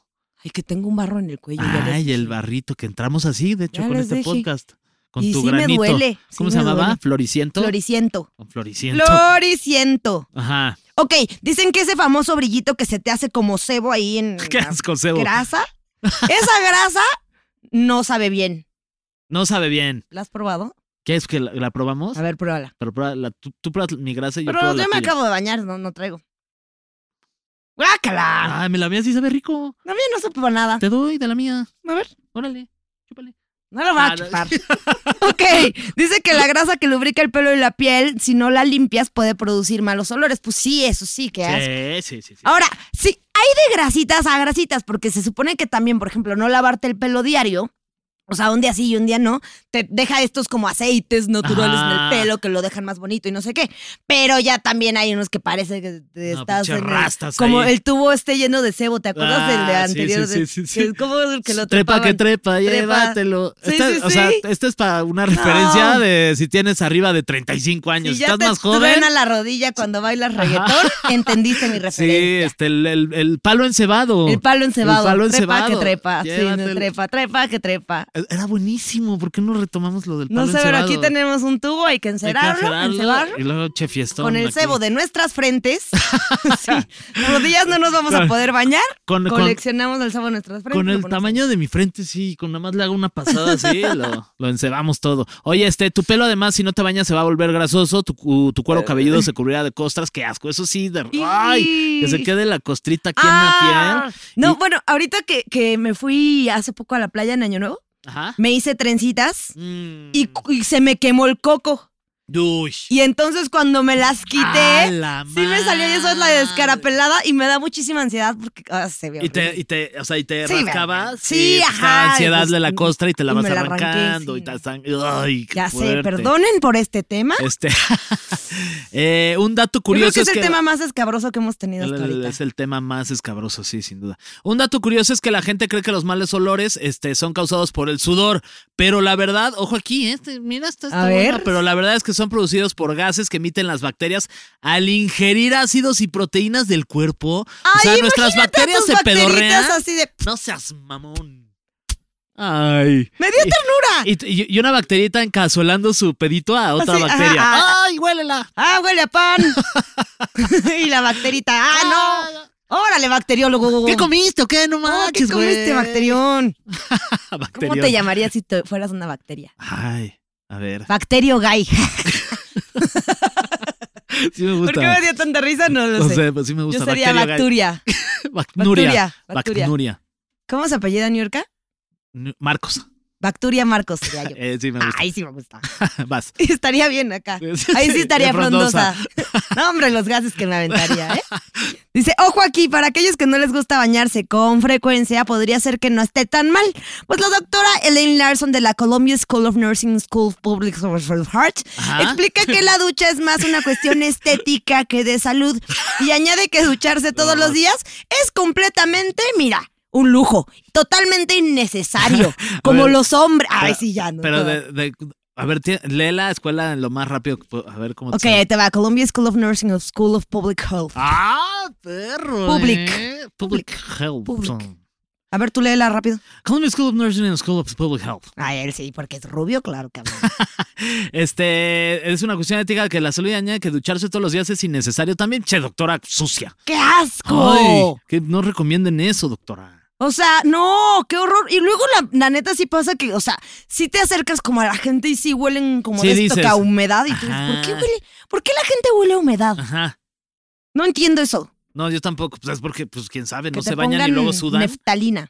Speaker 2: Ay, que tengo un barro en el cuello. ya les
Speaker 3: Ay, el
Speaker 2: dije.
Speaker 3: barrito que entramos así, de hecho,
Speaker 2: Ya
Speaker 3: con
Speaker 2: les
Speaker 3: este
Speaker 2: dije.
Speaker 3: podcast. Con
Speaker 2: Y
Speaker 3: tu
Speaker 2: sí me
Speaker 3: granito.
Speaker 2: duele, sí
Speaker 3: ¿Cómo
Speaker 2: me
Speaker 3: se llamaba?
Speaker 2: duele.
Speaker 3: ¿Floriciento?
Speaker 2: Floriciento.
Speaker 3: Con Floriciento.
Speaker 2: Floriciento.
Speaker 3: Ajá.
Speaker 2: Ok, dicen que ese famoso brillito que se te hace como cebo ahí en
Speaker 3: Qué
Speaker 2: la
Speaker 3: asco, Sebo.
Speaker 2: grasa, esa grasa no sabe bien.
Speaker 3: No sabe bien.
Speaker 2: ¿La has probado?
Speaker 3: ¿Qué es que la, la probamos?
Speaker 2: A ver, pruébala.
Speaker 3: Pero prueba la- tú, tú pruebas mi grasa y yo
Speaker 2: Pero
Speaker 3: pruebo
Speaker 2: yo
Speaker 3: la
Speaker 2: me
Speaker 3: tuya.
Speaker 2: acabo de bañar, no, no traigo. ¡Guácala!
Speaker 3: Ay, Ah, me la mía sí sabe rico.
Speaker 2: No, bien, no supo nada.
Speaker 3: Te doy de la mía.
Speaker 2: A ver.
Speaker 3: Órale, chúpale.
Speaker 2: No lo va
Speaker 3: Ah,
Speaker 2: a
Speaker 3: no.
Speaker 2: chupar. ok, dice que la grasa que lubrica el pelo y la piel, si no la limpias, puede producir malos olores. Pues sí, eso sí que hace.
Speaker 3: Sí, sí, sí. sí.
Speaker 2: Ahora, sí, hay de grasitas a grasitas, porque se supone que también, por ejemplo, no lavarte el pelo diario, o sea, un día sí y un día no, te deja estos como aceites naturales
Speaker 3: Ajá.
Speaker 2: en el pelo que lo dejan más bonito y no sé qué. Pero ya también hay unos que parece que te
Speaker 3: No,
Speaker 2: estás.
Speaker 3: pinche
Speaker 2: en el-
Speaker 3: rastas
Speaker 2: como
Speaker 3: ahí.
Speaker 2: el tubo este lleno de cebo, ¿te acuerdas del de
Speaker 3: Ah, sí,
Speaker 2: anterior?
Speaker 3: sí,
Speaker 2: de-
Speaker 3: sí, sí,
Speaker 2: que
Speaker 3: sí.
Speaker 2: es como el que lo
Speaker 3: trepa que
Speaker 2: trepaban?
Speaker 3: trepa, llévatelo.
Speaker 2: Sí,
Speaker 3: Esta-
Speaker 2: sí,
Speaker 3: O sea,
Speaker 2: sí.
Speaker 3: esta es para una referencia de si tienes arriba de 35
Speaker 2: Si
Speaker 3: años.
Speaker 2: ya
Speaker 3: Estás
Speaker 2: te
Speaker 3: más joven.
Speaker 2: truena la rodilla cuando bailas reggaetón, entendiste mi
Speaker 3: Sí,
Speaker 2: referencia.
Speaker 3: este, el, el- el palo encebado.
Speaker 2: El palo encebado,
Speaker 3: El palo
Speaker 2: trepa
Speaker 3: encebado.
Speaker 2: que trepa, sí, no,
Speaker 3: Llévatelo. E,
Speaker 2: trepa, trepa que trepa.
Speaker 3: Era buenísimo, ¿por qué no retomamos lo del palo
Speaker 2: No sé, pero
Speaker 3: encebado?
Speaker 2: aquí tenemos un tubo, hay que
Speaker 3: Hay que
Speaker 2: encerrarlo,
Speaker 3: acerarlo
Speaker 2: encebarlo.
Speaker 3: Y luego che fiestón
Speaker 2: Con el
Speaker 3: aquí.
Speaker 2: cebo de nuestras frentes, sí, rodillas no nos vamos a poder bañar,
Speaker 3: Con, con-
Speaker 2: coleccionamos el cebo de nuestras frentes.
Speaker 3: con
Speaker 2: lo
Speaker 3: el
Speaker 2: ponemos-
Speaker 3: tamaño de mi frente, sí, con nada más le hago una pasada así, lo, lo encebamos todo. Oye, este, tu pelo además, si no te bañas, se va a volver grasoso, tu, cu- tu
Speaker 2: Eh,
Speaker 3: cuero cabelludo se cubrirá de costras, qué asco, eso sí, de... ¡Ay! Que se quede la costrita aquí en la
Speaker 2: Ah,
Speaker 3: piel.
Speaker 2: No,
Speaker 3: Y-
Speaker 2: bueno, ahorita que, que me fui hace poco a la playa en Año Nuevo,
Speaker 3: Ajá.
Speaker 2: me hice trencitas
Speaker 3: Mm.
Speaker 2: y, cu- y se me quemó el coco.
Speaker 3: Uy.
Speaker 2: Y entonces cuando me las
Speaker 3: ¡A
Speaker 2: quité,
Speaker 3: la
Speaker 2: sí me salió y eso es la
Speaker 3: madre!
Speaker 2: descarapelada y me da muchísima ansiedad porque ah, se ve
Speaker 3: Y te,
Speaker 2: horrible.
Speaker 3: y te, o sea, y te
Speaker 2: Sí, me-
Speaker 3: rascabas.
Speaker 2: sí,
Speaker 3: y pues,
Speaker 2: ajá,
Speaker 3: estaba ansiedad
Speaker 2: pues,
Speaker 3: de la costra y te la
Speaker 2: y
Speaker 3: vas
Speaker 2: me la arranqué,
Speaker 3: arrancando
Speaker 2: sí,
Speaker 3: y te
Speaker 2: no.
Speaker 3: están. Ay, qué
Speaker 2: Ya sé,
Speaker 3: fuerte.
Speaker 2: perdonen por este tema.
Speaker 3: Este, eh, un dato
Speaker 2: Yo creo
Speaker 3: curioso
Speaker 2: que es el
Speaker 3: que
Speaker 2: tema más escabroso que hemos tenido
Speaker 3: el-
Speaker 2: hasta
Speaker 3: el-
Speaker 2: ahorita.
Speaker 3: es el tema más escabroso, sí, sin duda. Un dato curioso es que la gente cree que los males olores este, son causados por el sudor, pero la verdad, ojo aquí, eh, este, mira, esta está
Speaker 2: A
Speaker 3: buena,
Speaker 2: ver.
Speaker 3: pero la verdad es que son producidos por gases que emiten las bacterias al ingerir ácidos y proteínas del cuerpo. o sea,
Speaker 2: Ay,
Speaker 3: nuestras bacterias
Speaker 2: Tus
Speaker 3: se
Speaker 2: bacteritas
Speaker 3: pedorrean.
Speaker 2: así de...
Speaker 3: No seas mamón. Ay.
Speaker 2: ¡Me dio
Speaker 3: Y-
Speaker 2: ternura!
Speaker 3: Y, y- y una bacterita encasolando su pedito a otra
Speaker 2: Así,
Speaker 3: bacteria.
Speaker 2: ajá,
Speaker 3: ¡Ay, huélela!
Speaker 2: ¡Ah, huele a pan! y la bacterita. ¡Ah, no! Órale, bacteriólogo.
Speaker 3: ¿Qué comiste o qué? No
Speaker 2: Ah, ¿Qué
Speaker 3: manches, güey.
Speaker 2: comiste, bacterión? ¿Cómo
Speaker 3: Bacterión.
Speaker 2: te llamarías si te- fueras una bacteria?
Speaker 3: Ay, a ver.
Speaker 2: Bacterio gay.
Speaker 3: Sí me
Speaker 2: ¿Por
Speaker 3: gusta.
Speaker 2: qué me dio tanta risa? No lo
Speaker 3: no
Speaker 2: sé.
Speaker 3: sé, pues sí me gusta.
Speaker 2: Yo sería
Speaker 3: Bacterio-
Speaker 2: Bacturia.
Speaker 3: Bacnuria.
Speaker 2: Bacturia, Bacturia.
Speaker 3: Bacnuria.
Speaker 2: ¿Cómo se apellida New York?
Speaker 3: Nu- Marcos.
Speaker 2: Bacturia Marcos sería yo.
Speaker 3: Eh, sí me gusta.
Speaker 2: Ay, sí me gusta.
Speaker 3: Vas.
Speaker 2: Estaría bien acá. Ahí sí estaría
Speaker 3: De
Speaker 2: frondosa. No, hombre, los gases que me aventaría, ¿eh? Dice, ojo aquí, para aquellos que no les gusta bañarse con frecuencia, podría ser que no esté tan mal. Pues la doctora Elaine Larson de la Columbia School of Nursing School Public Heart
Speaker 3: Ajá.
Speaker 2: explica que la ducha es más una cuestión estética que de salud y añade que ducharse todos los días es completamente, mira, un lujo, totalmente innecesario, como
Speaker 3: ver,
Speaker 2: los hombres. Ay,
Speaker 3: pero-
Speaker 2: sí, ya no.
Speaker 3: Pero
Speaker 2: puedo.
Speaker 3: de, de- a ver, tie- lee la escuela lo más rápido que puedo. A ver cómo te
Speaker 2: Ok,
Speaker 3: sale.
Speaker 2: ahí te va. Columbia School of Nursing of School of Public Health.
Speaker 3: Ah, perro.
Speaker 2: Public.
Speaker 3: eh. Public Health.
Speaker 2: Public. A ver, tú léela rápido.
Speaker 3: Columbia School of Nursing and School of Public Health.
Speaker 2: Ay, él sí, porque es rubio, claro que
Speaker 3: Este es una cuestión ética que la salud añade que ducharse todos los días es innecesario también. Che, doctora sucia.
Speaker 2: ¡Qué asco!
Speaker 3: Ay, que no recomienden eso, doctora.
Speaker 2: O sea, no, qué horror. Y luego la, la neta sí pasa que, o sea, sí te acercas como a la gente y sí huelen como
Speaker 3: Sí,
Speaker 2: de esto
Speaker 3: dices.
Speaker 2: que a humedad. Y tú dices, ¿por
Speaker 3: Ajá.
Speaker 2: qué huele? ¿Por qué la gente huele a humedad?
Speaker 3: Ajá.
Speaker 2: No entiendo eso.
Speaker 3: No, yo tampoco. Pues es porque, pues quién sabe, no
Speaker 2: Que te
Speaker 3: se bañan y
Speaker 2: pongan
Speaker 3: luego sudan.
Speaker 2: Neftalina.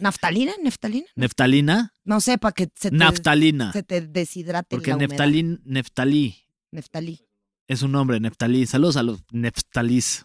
Speaker 2: ¿Naftalina? ¿Neftalina?
Speaker 3: neftalina.
Speaker 2: No sé, para que se te,
Speaker 3: Naftalina.
Speaker 2: se te deshidrate
Speaker 3: Porque
Speaker 2: la humedad.
Speaker 3: neftalín, neftalí
Speaker 2: Neftalí.
Speaker 3: es un nombre, neftalí. Saludos a los neftalís.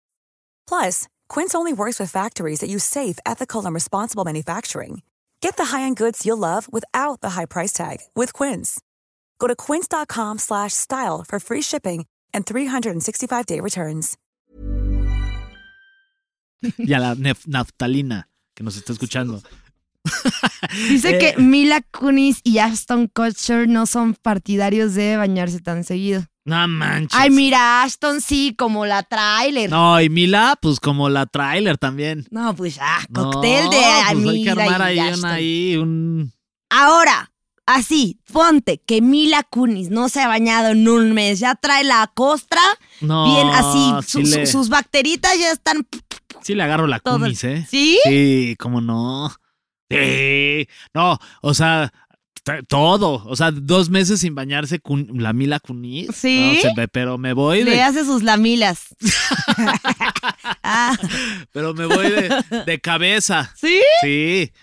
Speaker 4: Plus, Quince only works with factories that use safe, ethical, and responsible manufacturing. Get the high-end goods you'll love without the high price tag with Quince. Go to quince.com/style slash style for free shipping and 365-day returns.
Speaker 3: Y a la nef- naftalina que nos está escuchando.
Speaker 2: Dice
Speaker 3: Eh,
Speaker 2: que Mila Kunis y Ashton Kutcher no son partidarios de bañarse tan seguido.
Speaker 3: No manches.
Speaker 2: Ay, mira, Ashton sí, como la trailer. No,
Speaker 3: No, y Mila, pues como la trailer también.
Speaker 2: pues ah,
Speaker 3: No,
Speaker 2: cóctel de
Speaker 3: pues hay que
Speaker 2: Mila
Speaker 3: armar
Speaker 2: y
Speaker 3: ahí un,
Speaker 2: Ashton.
Speaker 3: ahí un-
Speaker 2: Ahora, así, ponte que Mila Kunis no se ha bañado en un mes, ya trae la costra,
Speaker 3: No,
Speaker 2: bien así,
Speaker 3: Sí,
Speaker 2: su- su-
Speaker 3: le,
Speaker 2: sus bacteritas ya están
Speaker 3: sí le agarro la
Speaker 2: todo el-
Speaker 3: cunis, ¿eh?
Speaker 2: ¿Sí?
Speaker 3: Sí, cómo no. Sí. No, o sea, t- todo. O sea, dos meses sin bañarse con la Mila Kunis.
Speaker 2: ¿Sí?
Speaker 3: No, se ve- pero me voy
Speaker 2: Le
Speaker 3: de.
Speaker 2: hace sus lamilas. Ah,
Speaker 3: Pero me voy de, de cabeza.
Speaker 2: ¿Sí?
Speaker 3: Sí.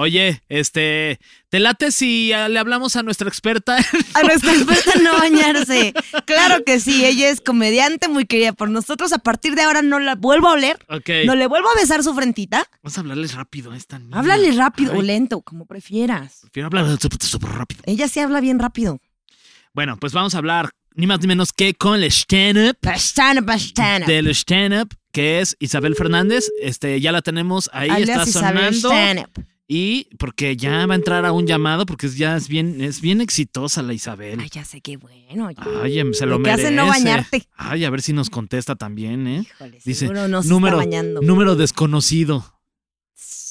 Speaker 3: Oye, este, ¿te late si ah, le hablamos a nuestra experta?
Speaker 2: A nuestra experta en no bañarse. Claro que sí, ella es comediante muy querida por nosotros. A partir de ahora no la vuelvo a oler,
Speaker 3: ok.
Speaker 2: no le vuelvo a besar su frentita.
Speaker 3: Vamos a hablarles rápido a esta niña.
Speaker 2: Háblale rápido
Speaker 3: Ay,
Speaker 2: o lento, como prefieras.
Speaker 3: Prefiero hablar súper súper rápido.
Speaker 2: Ella sí habla bien rápido.
Speaker 3: Bueno, pues vamos a hablar ni más ni menos que con el stand-up.
Speaker 2: Pastana, pastana.
Speaker 3: Del stand-up, que es Isabel Fernández. Este, ya la tenemos ahí, está
Speaker 2: Alias Isabel
Speaker 3: sonando.
Speaker 2: Stanep.
Speaker 3: Y porque ya va a entrar a un llamado, porque es- ya es bien, es bien exitosa la
Speaker 2: Ay,
Speaker 3: Isabel.
Speaker 2: ya sé qué bueno. oye.
Speaker 3: Ay, em, se
Speaker 2: Lo
Speaker 3: lo
Speaker 2: que
Speaker 3: merece.
Speaker 2: hace no bañarte.
Speaker 3: Ay, a ver si nos contesta también, ¿eh?
Speaker 2: Híjole,
Speaker 3: Dice,
Speaker 2: seguro no se
Speaker 3: número,
Speaker 2: está bañando.
Speaker 3: número desconocido.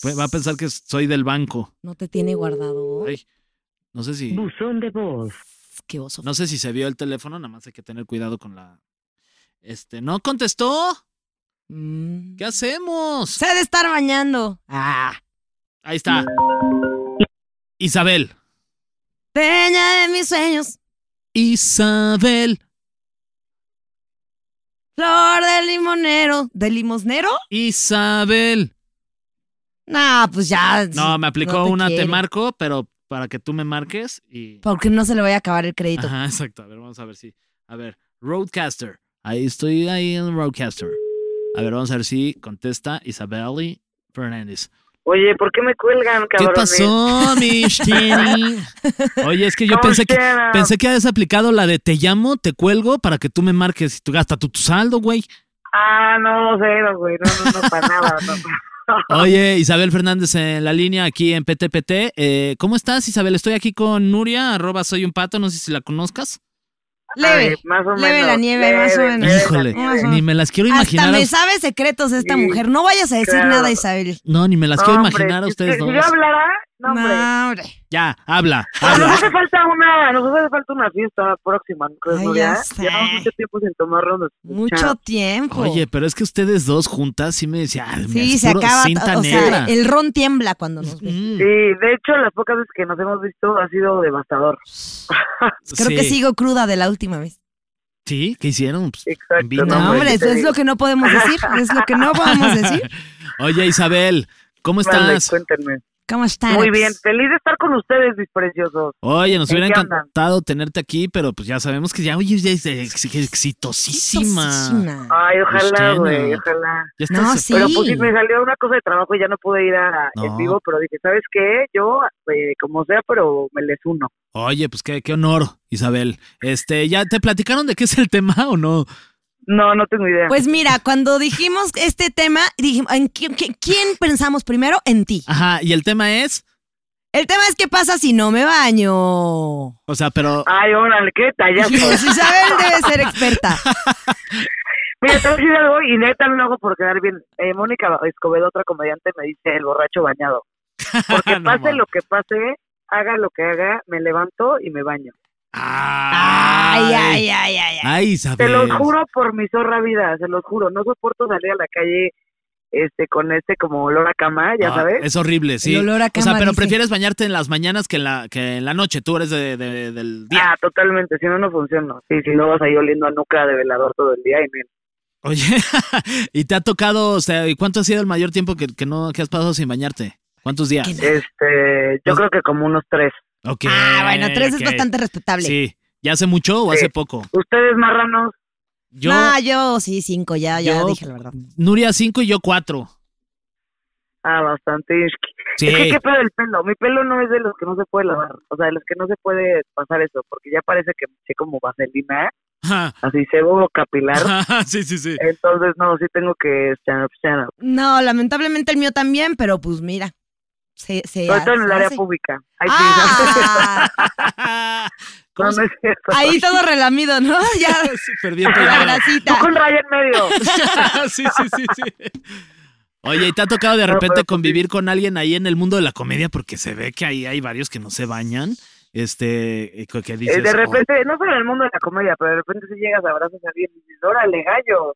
Speaker 3: Pues Va a pensar que soy del banco.
Speaker 2: No te tiene guardado.
Speaker 3: Ay, no sé si...
Speaker 5: Buzón de voz.
Speaker 2: Qué oso.
Speaker 3: No sé si se vio el teléfono, nada más hay que tener cuidado con la. Este, no contestó.
Speaker 2: Mm.
Speaker 3: ¿Qué hacemos?
Speaker 2: Se ha de estar bañando. Ah.
Speaker 3: Ahí está. Isabel.
Speaker 2: Dueña de mis sueños.
Speaker 3: Isabel.
Speaker 2: Flor del limonero. ¿Del limosnero?
Speaker 3: Isabel.
Speaker 2: No, pues ya.
Speaker 3: No, me aplicó
Speaker 2: no te
Speaker 3: una,
Speaker 2: quiere.
Speaker 3: te marco, pero para que tú me marques y.
Speaker 2: Porque no se le vaya a acabar el crédito.
Speaker 3: Ajá, exacto. A ver, vamos a ver si. A ver, Roadcaster. Ahí estoy ahí en Roadcaster. A ver, vamos a ver si contesta Isabeli Fernández.
Speaker 5: Oye, ¿por qué me cuelgan,
Speaker 3: ¿Qué
Speaker 5: cabrón? eh.
Speaker 3: pasó, Mishtini? Oye, es que yo
Speaker 5: ¿Cómo
Speaker 3: pensé que,
Speaker 5: será?
Speaker 3: pensé que habías aplicado la de te llamo, te cuelgo para que tú me marques y tú gasta tu, tu saldo, güey.
Speaker 5: Ah, no, cero, güey. No, no, no, para nada. No,
Speaker 3: Oye, Isabel Fernández en la línea aquí en PTPT. Eh, ¿Cómo estás, Isabel? Estoy aquí con Nuria, arroba soy un pato, no sé si la conozcas.
Speaker 2: Leve,
Speaker 5: Ay, más o
Speaker 2: leve la
Speaker 5: menos,
Speaker 2: nieve, más o
Speaker 5: leve,
Speaker 2: menos.
Speaker 5: leve.
Speaker 3: Híjole,
Speaker 2: Ajá.
Speaker 3: ni me las quiero
Speaker 2: Hasta
Speaker 3: imaginar. a
Speaker 2: me
Speaker 3: us-
Speaker 2: sabe secretos esta
Speaker 5: Sí,
Speaker 2: mujer. No vayas a decir
Speaker 5: claro.
Speaker 2: nada, Isabel.
Speaker 3: No, ni me las quiero imaginar a
Speaker 5: hombre,
Speaker 3: ustedes
Speaker 5: si,
Speaker 3: dos.
Speaker 5: Si yo hablara, no, hombre.
Speaker 2: No, hombre.
Speaker 3: Ya, habla,
Speaker 5: Ah, Nos
Speaker 3: habla.
Speaker 5: hace falta una, nos hace falta una fiesta próxima, ¿no crees,
Speaker 2: Ay, ya
Speaker 5: Nuria?
Speaker 2: sé.
Speaker 5: Llevamos mucho tiempo sin tomarnos nuestra
Speaker 2: Mucho tiempo.
Speaker 3: Oye, pero es que ustedes dos juntas sí me decían, "Ah, mira,
Speaker 2: sí,
Speaker 3: es
Speaker 2: se
Speaker 3: puro
Speaker 2: acaba.
Speaker 3: cinta
Speaker 2: O sea,
Speaker 3: negra".
Speaker 2: el ron tiembla cuando nos ve.
Speaker 3: Mm,
Speaker 5: Sí, de hecho, las pocas veces que nos hemos visto ha sido devastador.
Speaker 2: Creo que
Speaker 3: sí.
Speaker 2: sigo cruda de la última vez.
Speaker 3: Sí, ¿qué hicieron? Pues,
Speaker 5: Exacto,
Speaker 3: invita.
Speaker 2: No,
Speaker 5: No, hombre,
Speaker 2: hombre,
Speaker 5: ¿qué
Speaker 2: eso
Speaker 5: te
Speaker 2: es
Speaker 5: digo?
Speaker 2: lo que no podemos decir. Es lo que no podemos decir.
Speaker 3: Oye, Isabel, ¿cómo
Speaker 5: Vale,
Speaker 3: estás?
Speaker 2: pues,
Speaker 5: cuéntenme.
Speaker 2: ¿Cómo están?
Speaker 5: Muy bien, feliz de estar con ustedes, mis preciosos.
Speaker 3: Oye, nos
Speaker 5: ¿En
Speaker 3: hubiera
Speaker 5: qué andan?
Speaker 3: encantado tenerte aquí, pero pues ya sabemos que ya, oye, ya es ex- ex- exitosísima.
Speaker 2: Exitosísima.
Speaker 5: Ay, ojalá,
Speaker 3: Cristiana.
Speaker 5: güey, ojalá.
Speaker 3: Ya estás-
Speaker 2: No, sí.
Speaker 5: Pero pues sí, me salió una cosa de trabajo y ya no pude ir a,
Speaker 3: No.
Speaker 5: en vivo, pero dije, ¿sabes qué? Yo, eh, como sea, pero me les uno.
Speaker 3: Oye, pues qué, qué honor, Isabel. Este, ¿ya te platicaron de qué es el tema o no?
Speaker 5: No, no tengo idea.
Speaker 2: Pues mira, cuando dijimos este tema, dijimos, ¿en qui- qui- quién pensamos primero? En ti.
Speaker 3: Ajá, y el tema es,
Speaker 2: El tema es qué pasa si no me baño.
Speaker 3: o sea, pero
Speaker 5: Ay, órale, qué tallazo.
Speaker 2: Dijimos, Isabel debe ser experta.
Speaker 5: Mira, te voy a decir algo y neta no lo hago por quedar bien. Eh, Mónica Escobedo, otra comediante, me dice el borracho bañado. Porque
Speaker 3: No
Speaker 5: pase
Speaker 3: mames.
Speaker 5: lo que pase, haga lo que haga, me levanto y me baño.
Speaker 2: Ay, ay, ay, ay, ay.
Speaker 3: Ay,
Speaker 5: Te
Speaker 3: Isabel.
Speaker 5: lo juro por mi zorra vida, se los juro. No soporto salir a la calle este con este como olor a cama, ya
Speaker 3: Ah,
Speaker 5: sabes.
Speaker 3: Es horrible, sí.
Speaker 2: El olor a
Speaker 3: o sea,
Speaker 2: cama,
Speaker 3: pero
Speaker 2: dice.
Speaker 3: prefieres bañarte en las mañanas que en la, que en la noche. Tú eres de- de- del día.
Speaker 5: Ah, totalmente, si no, no funciona. Sí, si no vas ahí oliendo a nuca de velador todo el día y mira.
Speaker 3: Oye, ¿y te ha tocado, o sea, ¿y cuánto ha sido el mayor tiempo que, que no que has pasado sin bañarte? ¿Cuántos días?
Speaker 5: Este, yo
Speaker 3: Pues-
Speaker 5: creo que como unos tres.
Speaker 3: Ok,
Speaker 2: Ah, bueno, tres
Speaker 3: ok.
Speaker 2: es bastante respetable.
Speaker 3: Sí. ¿Ya hace mucho o
Speaker 5: Sí.
Speaker 3: hace poco?
Speaker 5: Ustedes marranos,
Speaker 3: Yo,
Speaker 2: no, yo sí, cinco, ya, ya
Speaker 3: yo-
Speaker 2: dije la verdad.
Speaker 3: Nuria cinco y yo cuatro.
Speaker 5: ah, bastante.
Speaker 3: Sí.
Speaker 5: Es que qué pedo el pelo. Mi pelo no es de los que no se puede lavar. O sea, de los que no se puede pasar eso. Porque ya parece que me eché como vaselina,
Speaker 3: Ajá,
Speaker 5: así sebo capilar.
Speaker 3: ajá, sí, sí, sí.
Speaker 5: Entonces, no, sí tengo que stand up, stand up.
Speaker 2: No, lamentablemente el mío también, pero pues mira. Se, se,
Speaker 5: Sobre todo en el
Speaker 2: se
Speaker 5: área
Speaker 2: hace.
Speaker 5: pública. Ahí sí,
Speaker 2: Ah,
Speaker 5: no,
Speaker 3: ¿Cómo
Speaker 5: no
Speaker 3: se-
Speaker 5: es cierto.
Speaker 2: ahí todo relamido, ¿no? Ya,
Speaker 3: Súper bien
Speaker 2: la
Speaker 3: peinado.
Speaker 5: Tú
Speaker 2: grasita.
Speaker 5: con raya en medio.
Speaker 3: sí, sí, sí, sí. Oye, ¿y te ha tocado de
Speaker 5: No,
Speaker 3: repente
Speaker 5: pero pues
Speaker 3: convivir con alguien ahí en el mundo de la comedia? Porque se ve que ahí hay varios que no se bañan. Este, eh, que dices,
Speaker 5: Eh, de
Speaker 3: "Oh,
Speaker 5: repente, no solo en el mundo de la comedia, pero de repente si llegas a abrazos a alguien y dices, órale, gallo.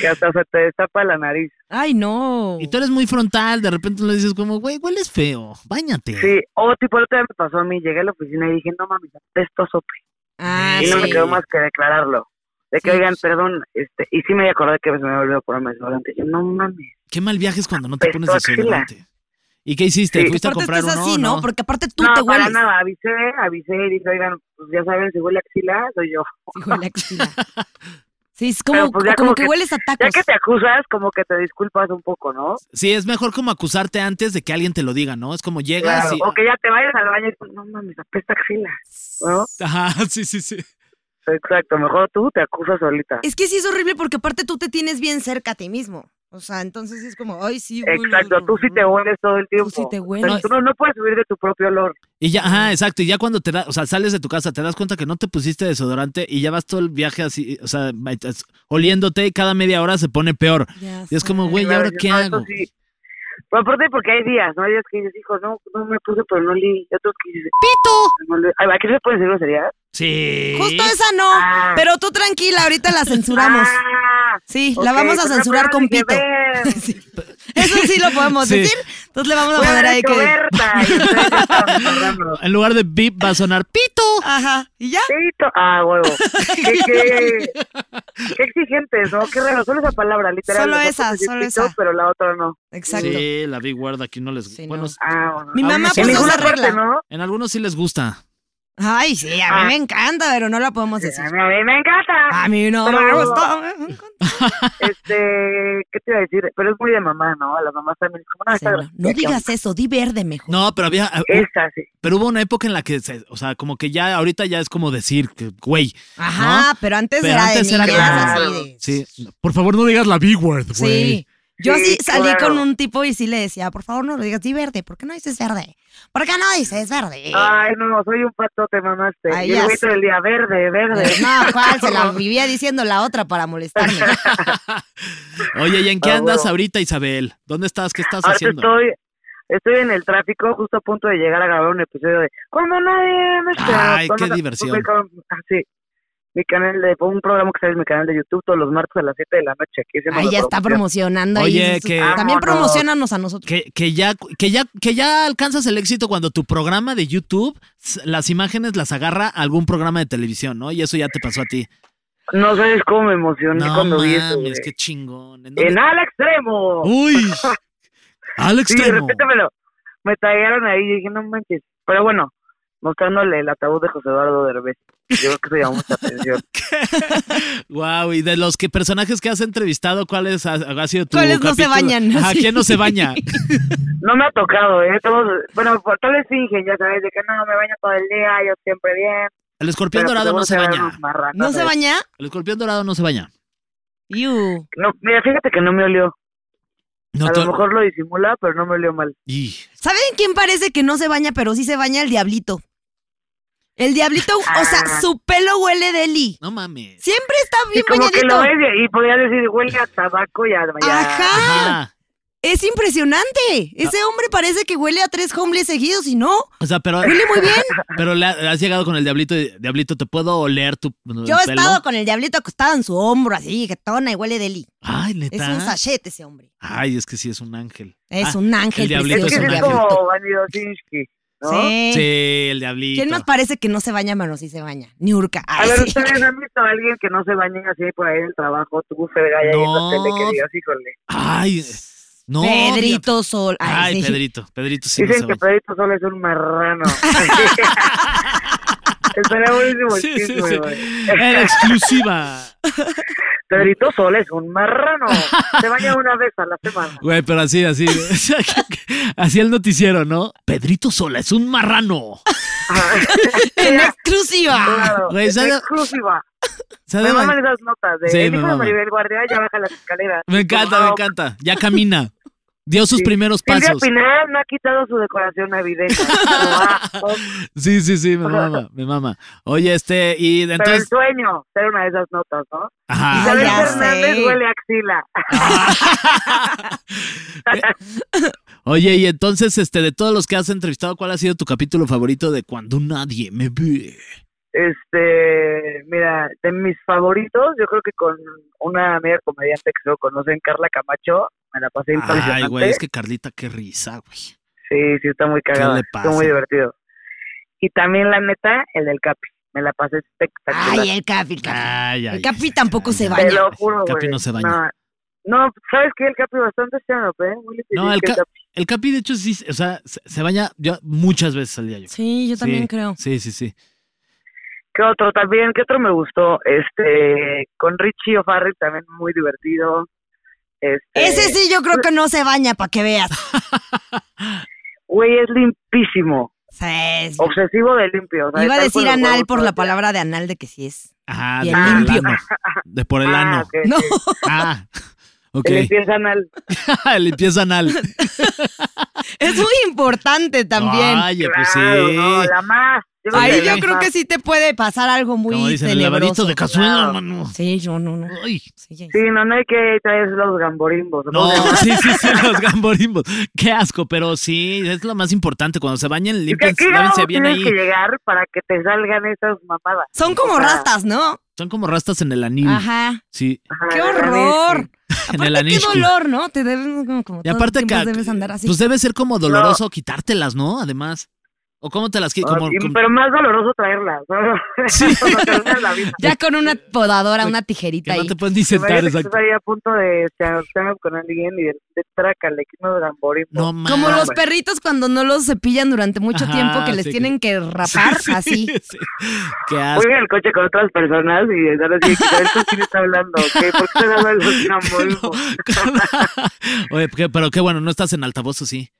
Speaker 5: que hasta se te destapa la nariz.
Speaker 2: Ay, no.
Speaker 3: Y tú eres muy frontal, de repente le dices como, güey, hueles feo, báñate.
Speaker 5: Sí, o tipo, el otro día me pasó a mí. Llegué a la oficina y dije, no mames, esto sope.
Speaker 2: Ah,
Speaker 5: y no me
Speaker 2: sí.
Speaker 5: quedó más que declararlo. De que,
Speaker 2: Sí,
Speaker 5: oigan,
Speaker 2: pues.
Speaker 5: perdón, este, y sí me acordé que se me volvió a ponerme desodorante. Yo, no mames.
Speaker 3: Qué mal viajes cuando no te
Speaker 5: Apestó
Speaker 3: pones desodorante. ¿Y qué hiciste?
Speaker 5: Sí.
Speaker 3: ¿Fuiste a
Speaker 2: Aparte
Speaker 3: comprar
Speaker 2: estás
Speaker 3: uno?
Speaker 2: así,
Speaker 3: no?
Speaker 2: ¿no? Porque aparte tú
Speaker 5: no,
Speaker 2: te
Speaker 5: para
Speaker 2: hueles.
Speaker 5: nada, avisé, avisé y dije, oigan, pues ya saben, si huele a axila, soy yo.
Speaker 2: Hijo de la axila. Sí, es como,
Speaker 5: Pero, pues, ya
Speaker 2: como,
Speaker 5: como
Speaker 2: que,
Speaker 5: que-
Speaker 2: hueles a
Speaker 5: Ya
Speaker 2: tacos.
Speaker 5: que te acusas, como que te disculpas un poco, ¿no?
Speaker 3: Sí, es mejor como acusarte antes de que alguien te lo diga, ¿no? Es como llegas
Speaker 5: Claro.
Speaker 3: y...
Speaker 5: O que ya te vayas al baño y tú, no mames, apesta axila, ¿no?
Speaker 3: Ajá, sí, sí, sí.
Speaker 5: Exacto, mejor tú te acusas solita.
Speaker 2: Es que sí es horrible porque aparte tú te tienes bien cerca a ti mismo. O sea, entonces sí es como, ay, sí. huelo,
Speaker 5: Exacto, tú sí te hueles todo el tiempo.
Speaker 2: sí te
Speaker 5: Entonces,
Speaker 2: hueles.
Speaker 5: Tú no, no puedes huir de tu propio olor.
Speaker 3: Y ya, ajá, exacto. Y ya cuando te da, o sea, sales de tu casa, te das cuenta que no te pusiste desodorante y ya vas todo el viaje así, o sea, es- oliéndote y cada media hora se pone peor.
Speaker 2: Ya
Speaker 3: Y es como,
Speaker 2: sé.
Speaker 3: güey, ¿y
Speaker 5: Claro,
Speaker 3: ahora
Speaker 5: dices,
Speaker 3: qué
Speaker 5: no, eso
Speaker 3: hago?
Speaker 5: sí. Pero aparte porque hay días, ¿no? Hay días que dices, hijo, no, no me puse, pero no leí. Y otros que dices, ¡pito! ¿Aquí se puede decir grosería?
Speaker 3: Sí.
Speaker 2: Justo esa no.
Speaker 5: Ah.
Speaker 2: Pero tú tranquila, ahorita la censuramos.
Speaker 5: Ah,
Speaker 2: Sí,
Speaker 5: ok,
Speaker 2: la vamos a
Speaker 5: pues no,
Speaker 2: censurar
Speaker 5: pero
Speaker 2: con
Speaker 5: dije,
Speaker 2: pito.
Speaker 5: "Ven,
Speaker 2: Sí. Eso sí lo podemos
Speaker 3: Sí.
Speaker 2: decir. Entonces le vamos a
Speaker 5: voy a
Speaker 2: poner
Speaker 5: ver
Speaker 2: ahí
Speaker 5: hecho
Speaker 2: que.
Speaker 5: Berta", y entonces ya estaban hablando.
Speaker 3: En lugar de beep va a sonar pito.
Speaker 2: Ajá. ¿Y ya?
Speaker 5: Pito. Ah, huevo. Qué, qué, qué exigentes, ¿no? Qué raro. Solo esa palabra, literal.
Speaker 2: Solo
Speaker 5: los dos
Speaker 2: esa,
Speaker 5: pueden decir
Speaker 2: solo
Speaker 5: pito,
Speaker 2: esa.
Speaker 5: Pero la otra no.
Speaker 2: Exacto.
Speaker 3: Sí, la Big Word aquí no les...
Speaker 2: Sí,
Speaker 3: bueno,
Speaker 2: no.
Speaker 3: s-
Speaker 5: Ah, bueno.
Speaker 2: Mi
Speaker 3: Aún
Speaker 2: mamá
Speaker 3: así-
Speaker 5: En
Speaker 2: puso
Speaker 3: pues,
Speaker 5: ninguna
Speaker 2: esa
Speaker 5: parte,
Speaker 2: regla.
Speaker 5: ¿no?
Speaker 3: en algunos sí les gusta.
Speaker 2: Ay, sí, a
Speaker 5: Ah.
Speaker 2: mí me encanta, pero no la podemos decir.
Speaker 5: A mí, a mí me encanta.
Speaker 2: A mí no
Speaker 5: Pero-
Speaker 2: me gustó.
Speaker 5: Este, ¿qué te iba a decir? Pero es muy de mamá, ¿no? A las mamás también. es Como, no,
Speaker 2: Sí,
Speaker 5: está
Speaker 2: no, no
Speaker 5: graciosa.
Speaker 2: digas Eh. eso, di verde mejor.
Speaker 3: No, pero había. eh,
Speaker 5: Esa, sí.
Speaker 3: Pero hubo una época en la que, se- o sea, como que ya, ahorita ya es como decir, que, güey.
Speaker 2: Ajá,
Speaker 3: ¿no?
Speaker 2: pero antes
Speaker 3: Pero
Speaker 2: era
Speaker 3: antes
Speaker 2: de
Speaker 3: era
Speaker 2: niñas
Speaker 5: claro.
Speaker 2: así de-
Speaker 3: Sí. Por favor, no digas la big word, güey.
Speaker 2: Sí. Yo
Speaker 5: Sí,
Speaker 2: sí salí
Speaker 5: claro.
Speaker 2: con un tipo y sí le decía, por favor no lo digas, di verde, ¿por qué no dices verde? ¿Por qué no dices verde?
Speaker 5: Ay, no, soy un pato, te mamaste.
Speaker 2: Ay,
Speaker 5: y el
Speaker 2: ya
Speaker 5: güey
Speaker 2: sé. Eh,
Speaker 5: todo el día, verde, verde.
Speaker 2: No, ¿cuál? Se la vivía diciendo la otra para molestarme.
Speaker 3: Oye, ¿y en qué
Speaker 5: Ah,
Speaker 3: andas
Speaker 5: bueno. Ah,
Speaker 3: ahorita, Isabel? ¿Dónde estás? ¿Qué estás
Speaker 5: Ahorita
Speaker 3: haciendo?
Speaker 5: estoy, estoy en el tráfico, justo a punto de llegar a grabar un episodio de Cuando nadie me espera.
Speaker 3: Ay,
Speaker 5: Cuando
Speaker 3: qué
Speaker 5: na-
Speaker 3: diversión.
Speaker 5: Estoy con- ah, sí. Mi canal de, un programa que sale en mi canal de YouTube todos los martes a las 7 de la noche. Aquí hacemos
Speaker 2: Ay,
Speaker 5: la
Speaker 2: ya está
Speaker 5: promoción.
Speaker 2: promocionando. ahí
Speaker 3: Oye,
Speaker 2: sus-
Speaker 3: que-
Speaker 2: También
Speaker 5: Vámonos.
Speaker 2: promocionanos a nosotros.
Speaker 3: Que, que ya, que ya, que ya alcanzas el éxito cuando tu programa de YouTube, s- las imágenes las agarra algún programa de televisión, ¿no? Y eso ya te pasó a ti.
Speaker 5: No sabes cómo me emocioné
Speaker 3: No
Speaker 5: cuando vi eso.
Speaker 3: mames,
Speaker 5: güey.
Speaker 3: qué chingón. ¿En dónde-
Speaker 5: En al extremo.
Speaker 3: Uy, al
Speaker 5: sí, de
Speaker 3: extremo.
Speaker 5: repente me lo me tallaron ahí y dije, no manches. Pero bueno, mostrándole el ataúd de José Eduardo Derbez. Yo creo que se llamó mucha atención.
Speaker 3: wow, y de los que personajes que has entrevistado, ¿cuáles ha, ha sido tu
Speaker 2: ¿Cuáles no se
Speaker 3: capítulo?
Speaker 2: bañan?
Speaker 3: Ajá,
Speaker 2: Sí.
Speaker 3: ¿quién no se baña?
Speaker 5: No me ha tocado, ¿eh? Todos, bueno, por- tal vez fingen, ya sabes, de que no, me baño todo el día, yo siempre bien.
Speaker 3: El escorpión
Speaker 5: Pero
Speaker 3: dorado no
Speaker 5: seguro
Speaker 3: se
Speaker 5: se van
Speaker 3: baña.
Speaker 5: unos marranos,
Speaker 2: ¿No se
Speaker 5: ¿eh?
Speaker 2: baña?
Speaker 3: El escorpión dorado no se baña.
Speaker 2: Iu.
Speaker 5: No, mira, fíjate que no me olió.
Speaker 3: No
Speaker 5: a
Speaker 3: te-
Speaker 5: lo mejor lo disimula, pero no me olió mal.
Speaker 3: Y-
Speaker 2: ¿Saben quién parece que no se baña, pero sí se baña el diablito? El diablito, o sea,
Speaker 5: Ah.
Speaker 2: su pelo huele de Eli.
Speaker 3: no mames.
Speaker 2: Siempre está
Speaker 5: Y
Speaker 2: bien
Speaker 5: como que lo
Speaker 2: bañadito.
Speaker 5: ves y, y podría decir, huele a tabaco y a... y a-
Speaker 2: Ajá,
Speaker 3: Ajá.
Speaker 2: es impresionante. Ese hombre parece que huele a tres homeless seguidos y no.
Speaker 3: O sea, pero,
Speaker 2: Huele muy bien.
Speaker 3: pero le has llegado con el diablito. y, Diablito, ¿te puedo oler tu
Speaker 2: Yo he
Speaker 3: pelo?"
Speaker 2: estado con el diablito acostado en su hombro, así, que tona y huele de Eli.
Speaker 3: Ay,
Speaker 2: Es
Speaker 3: neta.
Speaker 2: un sachet ese hombre.
Speaker 3: Ay, es que sí es un ángel.
Speaker 2: Es
Speaker 3: Ah,
Speaker 2: un ángel.
Speaker 3: el diablito
Speaker 5: Es
Speaker 2: precioso,
Speaker 5: que
Speaker 3: un
Speaker 5: es
Speaker 3: ángel.
Speaker 5: como Vanidosinsky, ¿no?
Speaker 2: Sí.
Speaker 3: Sí, el diablito.
Speaker 2: ¿Quién nos parece que no se baña, pero sí se baña? Niurka.
Speaker 5: A
Speaker 2: Ay,
Speaker 5: ver,
Speaker 2: sí.
Speaker 5: ¿ustedes han visto a alguien que no se bañe así por ahí en el trabajo? Tú, Fergay, ahí en
Speaker 3: No.
Speaker 5: la tele, que digas, híjole.
Speaker 3: Ay, no.
Speaker 2: Pedrito Sol. Ay,
Speaker 3: Ay,
Speaker 2: sí.
Speaker 3: Pedrito, Pedrito sí no
Speaker 5: Dicen
Speaker 3: se
Speaker 5: que
Speaker 3: baña.
Speaker 5: Pedrito Sol es un marrano. Estaría buenísimo el
Speaker 3: Sí, sí,
Speaker 5: chisme,
Speaker 3: sí.
Speaker 5: güey.
Speaker 3: Era exclusiva.
Speaker 5: Pedrito Sol es un marrano. Se baña una vez a la semana.
Speaker 3: Güey, pero así, así. así el noticiero, ¿no? Pedrito Sola es un marrano.
Speaker 2: En exclusiva.
Speaker 5: Claro,
Speaker 3: Güey,
Speaker 5: es
Speaker 3: ¿sabes?
Speaker 5: exclusiva.
Speaker 3: ¿Sabe?
Speaker 5: Me maman esas notas de
Speaker 3: Sí,
Speaker 5: el
Speaker 3: me
Speaker 5: hijo de
Speaker 3: maman.
Speaker 5: Maribel Guardia ya baja las escaleras.
Speaker 3: Me encanta, me
Speaker 5: Wow.
Speaker 3: encanta. Ya camina. Dio sus
Speaker 5: Sí.
Speaker 3: primeros
Speaker 5: Silvia
Speaker 3: pasos.
Speaker 5: Pinal no ha quitado su decoración navideña. Wow.
Speaker 3: Sí, sí, sí, me mama, me mama. Oye, este, y
Speaker 5: Pero el
Speaker 3: entonces.
Speaker 5: sueño, ser una de esas notas, ¿no?
Speaker 3: Ajá.
Speaker 5: Isabel
Speaker 2: ya
Speaker 5: Fernández
Speaker 2: sé.
Speaker 5: huele a axila.
Speaker 3: Oye, y entonces, este, de todos los que has entrevistado, ¿cuál ha sido tu capítulo favorito de Cuando Nadie Me Ve?
Speaker 5: Este, mira, de mis favoritos, yo creo que con una amiga comediante que solo conocen, Carla Camacho, me la pasé impresionante.
Speaker 3: Ay, güey, es que Carlita, qué risa, güey.
Speaker 5: Sí, sí, está muy cagada.
Speaker 3: le
Speaker 5: Está
Speaker 3: pasa?
Speaker 5: muy divertido. Y también, la neta, el del Capi. Me la pasé espectacular.
Speaker 2: Ay, el Capi, el Capi.
Speaker 3: Ay, ay,
Speaker 2: El Capi
Speaker 3: ay,
Speaker 2: tampoco
Speaker 3: ay,
Speaker 2: se
Speaker 3: ay.
Speaker 2: baña.
Speaker 5: Te lo juro,
Speaker 3: El Capi
Speaker 5: güey.
Speaker 3: no se baña.
Speaker 5: No, no, ¿sabes qué? El Capi bastante sano, ¿eh? Muy
Speaker 3: No,
Speaker 5: difícil
Speaker 3: el
Speaker 5: que
Speaker 3: Ca- El Capi, de hecho, sí, o sea, se, se baña yo, muchas veces al día yo.
Speaker 2: Sí, yo también
Speaker 3: Sí,
Speaker 2: creo.
Speaker 3: Sí, sí, sí.
Speaker 5: ¿Qué otro también? ¿Qué otro me gustó? Este, con Richie O'Farrell también muy divertido. Este,
Speaker 2: Ese sí, yo creo que no se baña, para que veas.
Speaker 5: Güey, es limpísimo.
Speaker 2: Sí, es-
Speaker 5: Obsesivo de limpio. o sea,
Speaker 2: Iba a
Speaker 5: tal
Speaker 2: decir
Speaker 5: los
Speaker 2: anal
Speaker 5: huevos
Speaker 2: por
Speaker 5: todo
Speaker 2: la
Speaker 5: el día.
Speaker 2: palabra de anal de que sí es.
Speaker 3: Ajá,
Speaker 2: Bien
Speaker 3: de
Speaker 2: limpio.
Speaker 3: por el ano. De por el
Speaker 5: Ah,
Speaker 3: ano.
Speaker 5: ok.
Speaker 2: No,
Speaker 3: Ah, ok.
Speaker 5: El limpieza anal.
Speaker 3: Limpieza anal.
Speaker 2: es muy importante también.
Speaker 3: Oye, pues sí.
Speaker 5: Claro, no, la más. Yo
Speaker 3: Ay,
Speaker 2: Ahí
Speaker 5: que
Speaker 2: yo
Speaker 5: la
Speaker 2: creo
Speaker 5: más.
Speaker 2: que sí te puede pasar algo muy
Speaker 3: Como dicen, el
Speaker 2: tenebroso.
Speaker 3: lavadito de cazuela,
Speaker 5: Claro.
Speaker 3: mano.
Speaker 2: Sí, yo no, no.
Speaker 3: Ay.
Speaker 2: Sí, ya-
Speaker 5: Sí, no, no hay que traer los gamborimbos.
Speaker 3: No,
Speaker 5: ¿Cómo se llama?
Speaker 3: sí, sí, sí, los gamborimbos. Qué asco, pero sí, es lo más importante. Cuando se bañen,
Speaker 5: Es que
Speaker 3: limpian,
Speaker 5: aquí
Speaker 3: lávense
Speaker 5: no
Speaker 3: bien
Speaker 5: tienes
Speaker 3: ahí.
Speaker 5: que llegar para que te salgan esas mamadas.
Speaker 2: Son como
Speaker 5: O sea,
Speaker 2: rastas, ¿no?
Speaker 3: Son como rastas en el anil.
Speaker 2: Ajá.
Speaker 3: Sí,
Speaker 5: ajá,
Speaker 2: ¡Qué
Speaker 5: la neta,
Speaker 2: horror!
Speaker 3: en el
Speaker 2: Aparte, qué
Speaker 3: anil.
Speaker 2: dolor, ¿no? Te deben como, como
Speaker 3: Y
Speaker 2: todo el
Speaker 3: aparte, pues
Speaker 2: tiempo
Speaker 3: ca-
Speaker 2: debes andar así.
Speaker 3: pues debe ser como doloroso quitártelas, ¿no? Además. ¿O cómo te las quitas?
Speaker 5: Ah, y- pero más doloroso traerlas. ¿no? Conocerme la vida.
Speaker 2: Ya con una podadora, una tijerita
Speaker 3: pues, que no
Speaker 2: ahí.
Speaker 3: te puedes ni sentar,
Speaker 5: Imagínate que
Speaker 3: exacto.
Speaker 5: estás ahí a punto de stand-up con alguien y de repente trácale, que no gamborimbo.
Speaker 3: No mames.
Speaker 2: Como los
Speaker 5: hombre.
Speaker 2: perritos cuando no los cepillan durante mucho
Speaker 3: Ajá,
Speaker 2: tiempo que les
Speaker 3: sí, que-
Speaker 2: tienen que rapar
Speaker 3: Sí,
Speaker 2: así.
Speaker 3: sí. Qué
Speaker 5: Voy
Speaker 3: asco.
Speaker 5: en el coche con otras personas y ahora sí, ¿con quién está hablando? ¿Qué? ¿Por qué está hablando de
Speaker 3: No,
Speaker 5: gamborimbo?
Speaker 3: Oye, qué- pero qué bueno, no estás en altavoz o sí.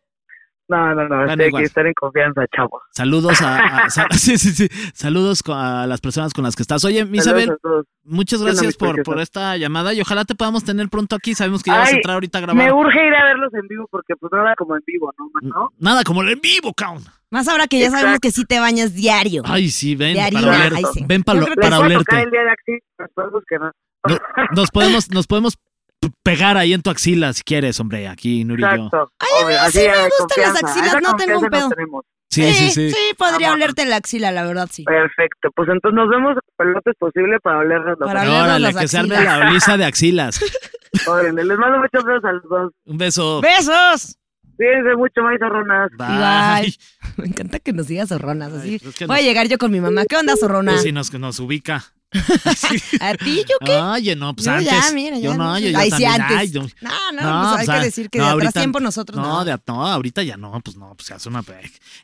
Speaker 5: No, no, no,
Speaker 3: Bueno,
Speaker 5: estoy
Speaker 3: igual.
Speaker 5: aquí, estar en confianza, chavos.
Speaker 3: Saludos a, a- sal- sí, sí, sí. Saludos co- a las personas con las que estás. Oye,
Speaker 5: Saludos
Speaker 3: Isabel,
Speaker 5: a todos.
Speaker 3: muchas
Speaker 5: ¿Qué onda,
Speaker 3: gracias
Speaker 5: mis
Speaker 3: por,
Speaker 5: preciosos?
Speaker 3: por esta llamada y ojalá te podamos tener pronto aquí. Sabemos que ya vas a
Speaker 5: Ay,
Speaker 3: entrar ahorita a grabar.
Speaker 5: Me urge ir a verlos en vivo porque pues nada como en vivo, ¿no?
Speaker 2: Mm,
Speaker 5: ¿No?
Speaker 3: Nada como el en vivo, caón.
Speaker 2: Más ahora que ya sabemos que sí te bañas diario.
Speaker 3: Ay, sí, ven
Speaker 2: De
Speaker 3: para
Speaker 2: harina,
Speaker 3: oler-
Speaker 2: ay, sí.
Speaker 3: ven
Speaker 2: Yo
Speaker 3: para, lo-
Speaker 2: creo que
Speaker 3: para
Speaker 5: Les voy a tocar
Speaker 3: olerte.
Speaker 5: el día de pues, Axi, después busquen.
Speaker 3: No- nos podemos, nos podemos p- pegar ahí en tu axila si quieres, hombre, aquí Nuri y yo.
Speaker 5: Exacto.
Speaker 2: Ay, a mí
Speaker 5: Obvio,
Speaker 2: sí
Speaker 5: así
Speaker 2: me
Speaker 5: hay
Speaker 2: gustan las
Speaker 5: confianza.
Speaker 2: axilas,
Speaker 5: Esa
Speaker 2: no tengo un
Speaker 5: confianza nos
Speaker 2: pedo.
Speaker 5: tenemos.
Speaker 3: Sí,
Speaker 2: Eh,
Speaker 3: sí, sí.
Speaker 2: podría
Speaker 5: Vámonos.
Speaker 2: olerte la axila, la verdad, sí.
Speaker 5: Perfecto, pues entonces nos vemos lo antes posible para olernos los
Speaker 2: Para-
Speaker 3: Órale,
Speaker 2: olernos las
Speaker 3: que se arme
Speaker 2: axilas.
Speaker 3: la brisa de axilas.
Speaker 5: Órale, Les mando muchos besos a los dos.
Speaker 3: Un beso.
Speaker 2: ¡Besos!
Speaker 5: Cuídense mucho, más zorronas.
Speaker 3: Bye.
Speaker 2: Bye. Me encanta que nos digas zorronas
Speaker 3: Ay,
Speaker 2: así.
Speaker 3: pues es que
Speaker 2: Voy a
Speaker 3: nos-
Speaker 2: llegar yo con mi mamá. ¿Qué onda, zorrona?
Speaker 3: Pues sí, nos, nos ubica.
Speaker 2: ¿A ti yo qué?
Speaker 3: Oye, no, pues
Speaker 2: Yo
Speaker 3: antes.
Speaker 2: ya, mira, ya
Speaker 3: yo no,
Speaker 2: no
Speaker 3: yo,
Speaker 2: sé.
Speaker 3: yo
Speaker 2: Ay, sí,
Speaker 3: también.
Speaker 2: antes.
Speaker 3: Ay, yo-
Speaker 2: No, no,
Speaker 3: No,
Speaker 2: pues hay
Speaker 3: pues, ah,
Speaker 2: que decir que
Speaker 3: no,
Speaker 2: de atrás
Speaker 3: ahorita-
Speaker 2: tiempo nosotros no.
Speaker 3: No, de a- no, ahorita ya no, pues no, pues ya es una.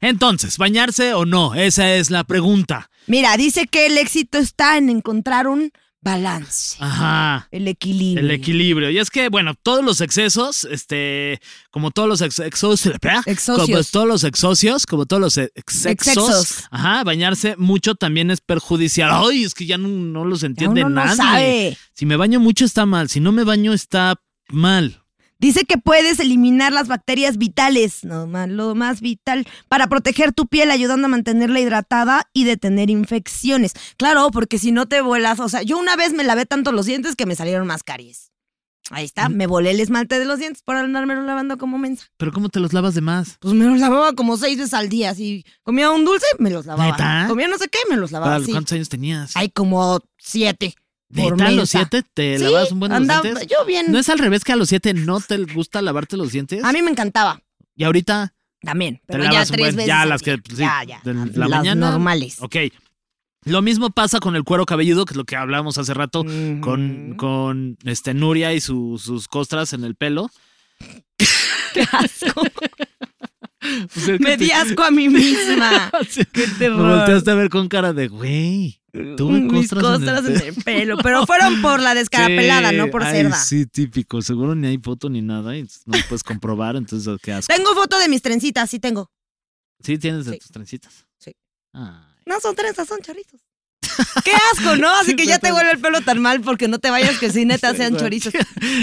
Speaker 3: Entonces, ¿bañarse o no? Esa es la pregunta.
Speaker 2: Mira, dice que el éxito está en encontrar un balance,
Speaker 3: Ajá.
Speaker 2: el equilibrio.
Speaker 3: El equilibrio. Y es que, bueno, todos los excesos, este, como todos los ex- exos- ¿verdad?
Speaker 2: Exocios.
Speaker 3: como pues todos los exocios, como todos los ex- exexos,
Speaker 2: Exexos.
Speaker 3: ajá, bañarse mucho también es perjudicial. Ay, es que ya no, no los
Speaker 2: Ya
Speaker 3: entiende
Speaker 2: uno no
Speaker 3: nadie.
Speaker 2: sabe.
Speaker 3: Si me baño mucho está mal, si no me baño está mal.
Speaker 2: Dice que puedes eliminar las bacterias vitales, no, ma- lo más vital, para proteger tu piel, ayudando a mantenerla hidratada y detener infecciones. Claro, porque si no te vuelas, o sea, yo una vez me lavé tanto los dientes que me salieron más caries. Ahí está, me volé el esmalte de los dientes por andármelo lavando como mensa.
Speaker 3: Pero ¿cómo te los lavas de más?
Speaker 2: Pues me los lavaba como seis veces al día, así. Comía un dulce, me los lavaba.
Speaker 3: ¿Neta?
Speaker 2: Comía no sé qué, me los lavaba.
Speaker 3: Para-
Speaker 2: así.
Speaker 3: ¿Cuántos años tenías?
Speaker 2: Hay como siete. por
Speaker 3: ¿Neta, a los
Speaker 2: mensa.
Speaker 3: siete te
Speaker 2: Sí,
Speaker 3: lavabas un buen de los
Speaker 2: andaba-
Speaker 3: dientes?
Speaker 2: Yo bien.
Speaker 3: ¿No es al revés que a los siete no te gusta lavarte los dientes?
Speaker 2: A mí me encantaba.
Speaker 3: Y ahorita...
Speaker 2: También. Pero ya
Speaker 3: lavas un
Speaker 2: tres
Speaker 3: buen-
Speaker 2: veces.
Speaker 3: ya
Speaker 2: al
Speaker 3: las
Speaker 2: día.
Speaker 3: que- sí,
Speaker 2: ya, ya.
Speaker 3: de la
Speaker 2: las
Speaker 3: mañana.
Speaker 2: normales.
Speaker 3: Ok. Lo mismo pasa con el cuero cabelludo, que es lo que hablábamos hace rato
Speaker 2: Mm.
Speaker 3: con,
Speaker 2: Ujú.
Speaker 3: con este, Nuria y su- sus costras en el pelo.
Speaker 2: Qué asco.
Speaker 3: O sea, que
Speaker 2: me
Speaker 3: te-
Speaker 2: di asco a mí misma. Qué
Speaker 3: me
Speaker 2: terror.
Speaker 3: volteaste a ver con cara de, güey, tuve
Speaker 2: Mis
Speaker 3: costras,
Speaker 2: costras
Speaker 3: en el pelo.
Speaker 2: pelo. Pero fueron por la descarapelada, no por
Speaker 3: ay,
Speaker 2: cerda.
Speaker 3: Sí, típico. Seguro ni hay foto ni nada y no lo puedes comprobar, entonces qué asco.
Speaker 2: Tengo foto de mis trencitas, sí tengo.
Speaker 3: ¿Sí tienes de
Speaker 2: Sí.
Speaker 3: tus trencitas?
Speaker 2: Sí.
Speaker 3: Ay.
Speaker 2: No son trenzas, son chorritos. Qué asco, ¿no? Así que ya te huele el pelo tan mal porque no te vayas que si neta sean chorizos.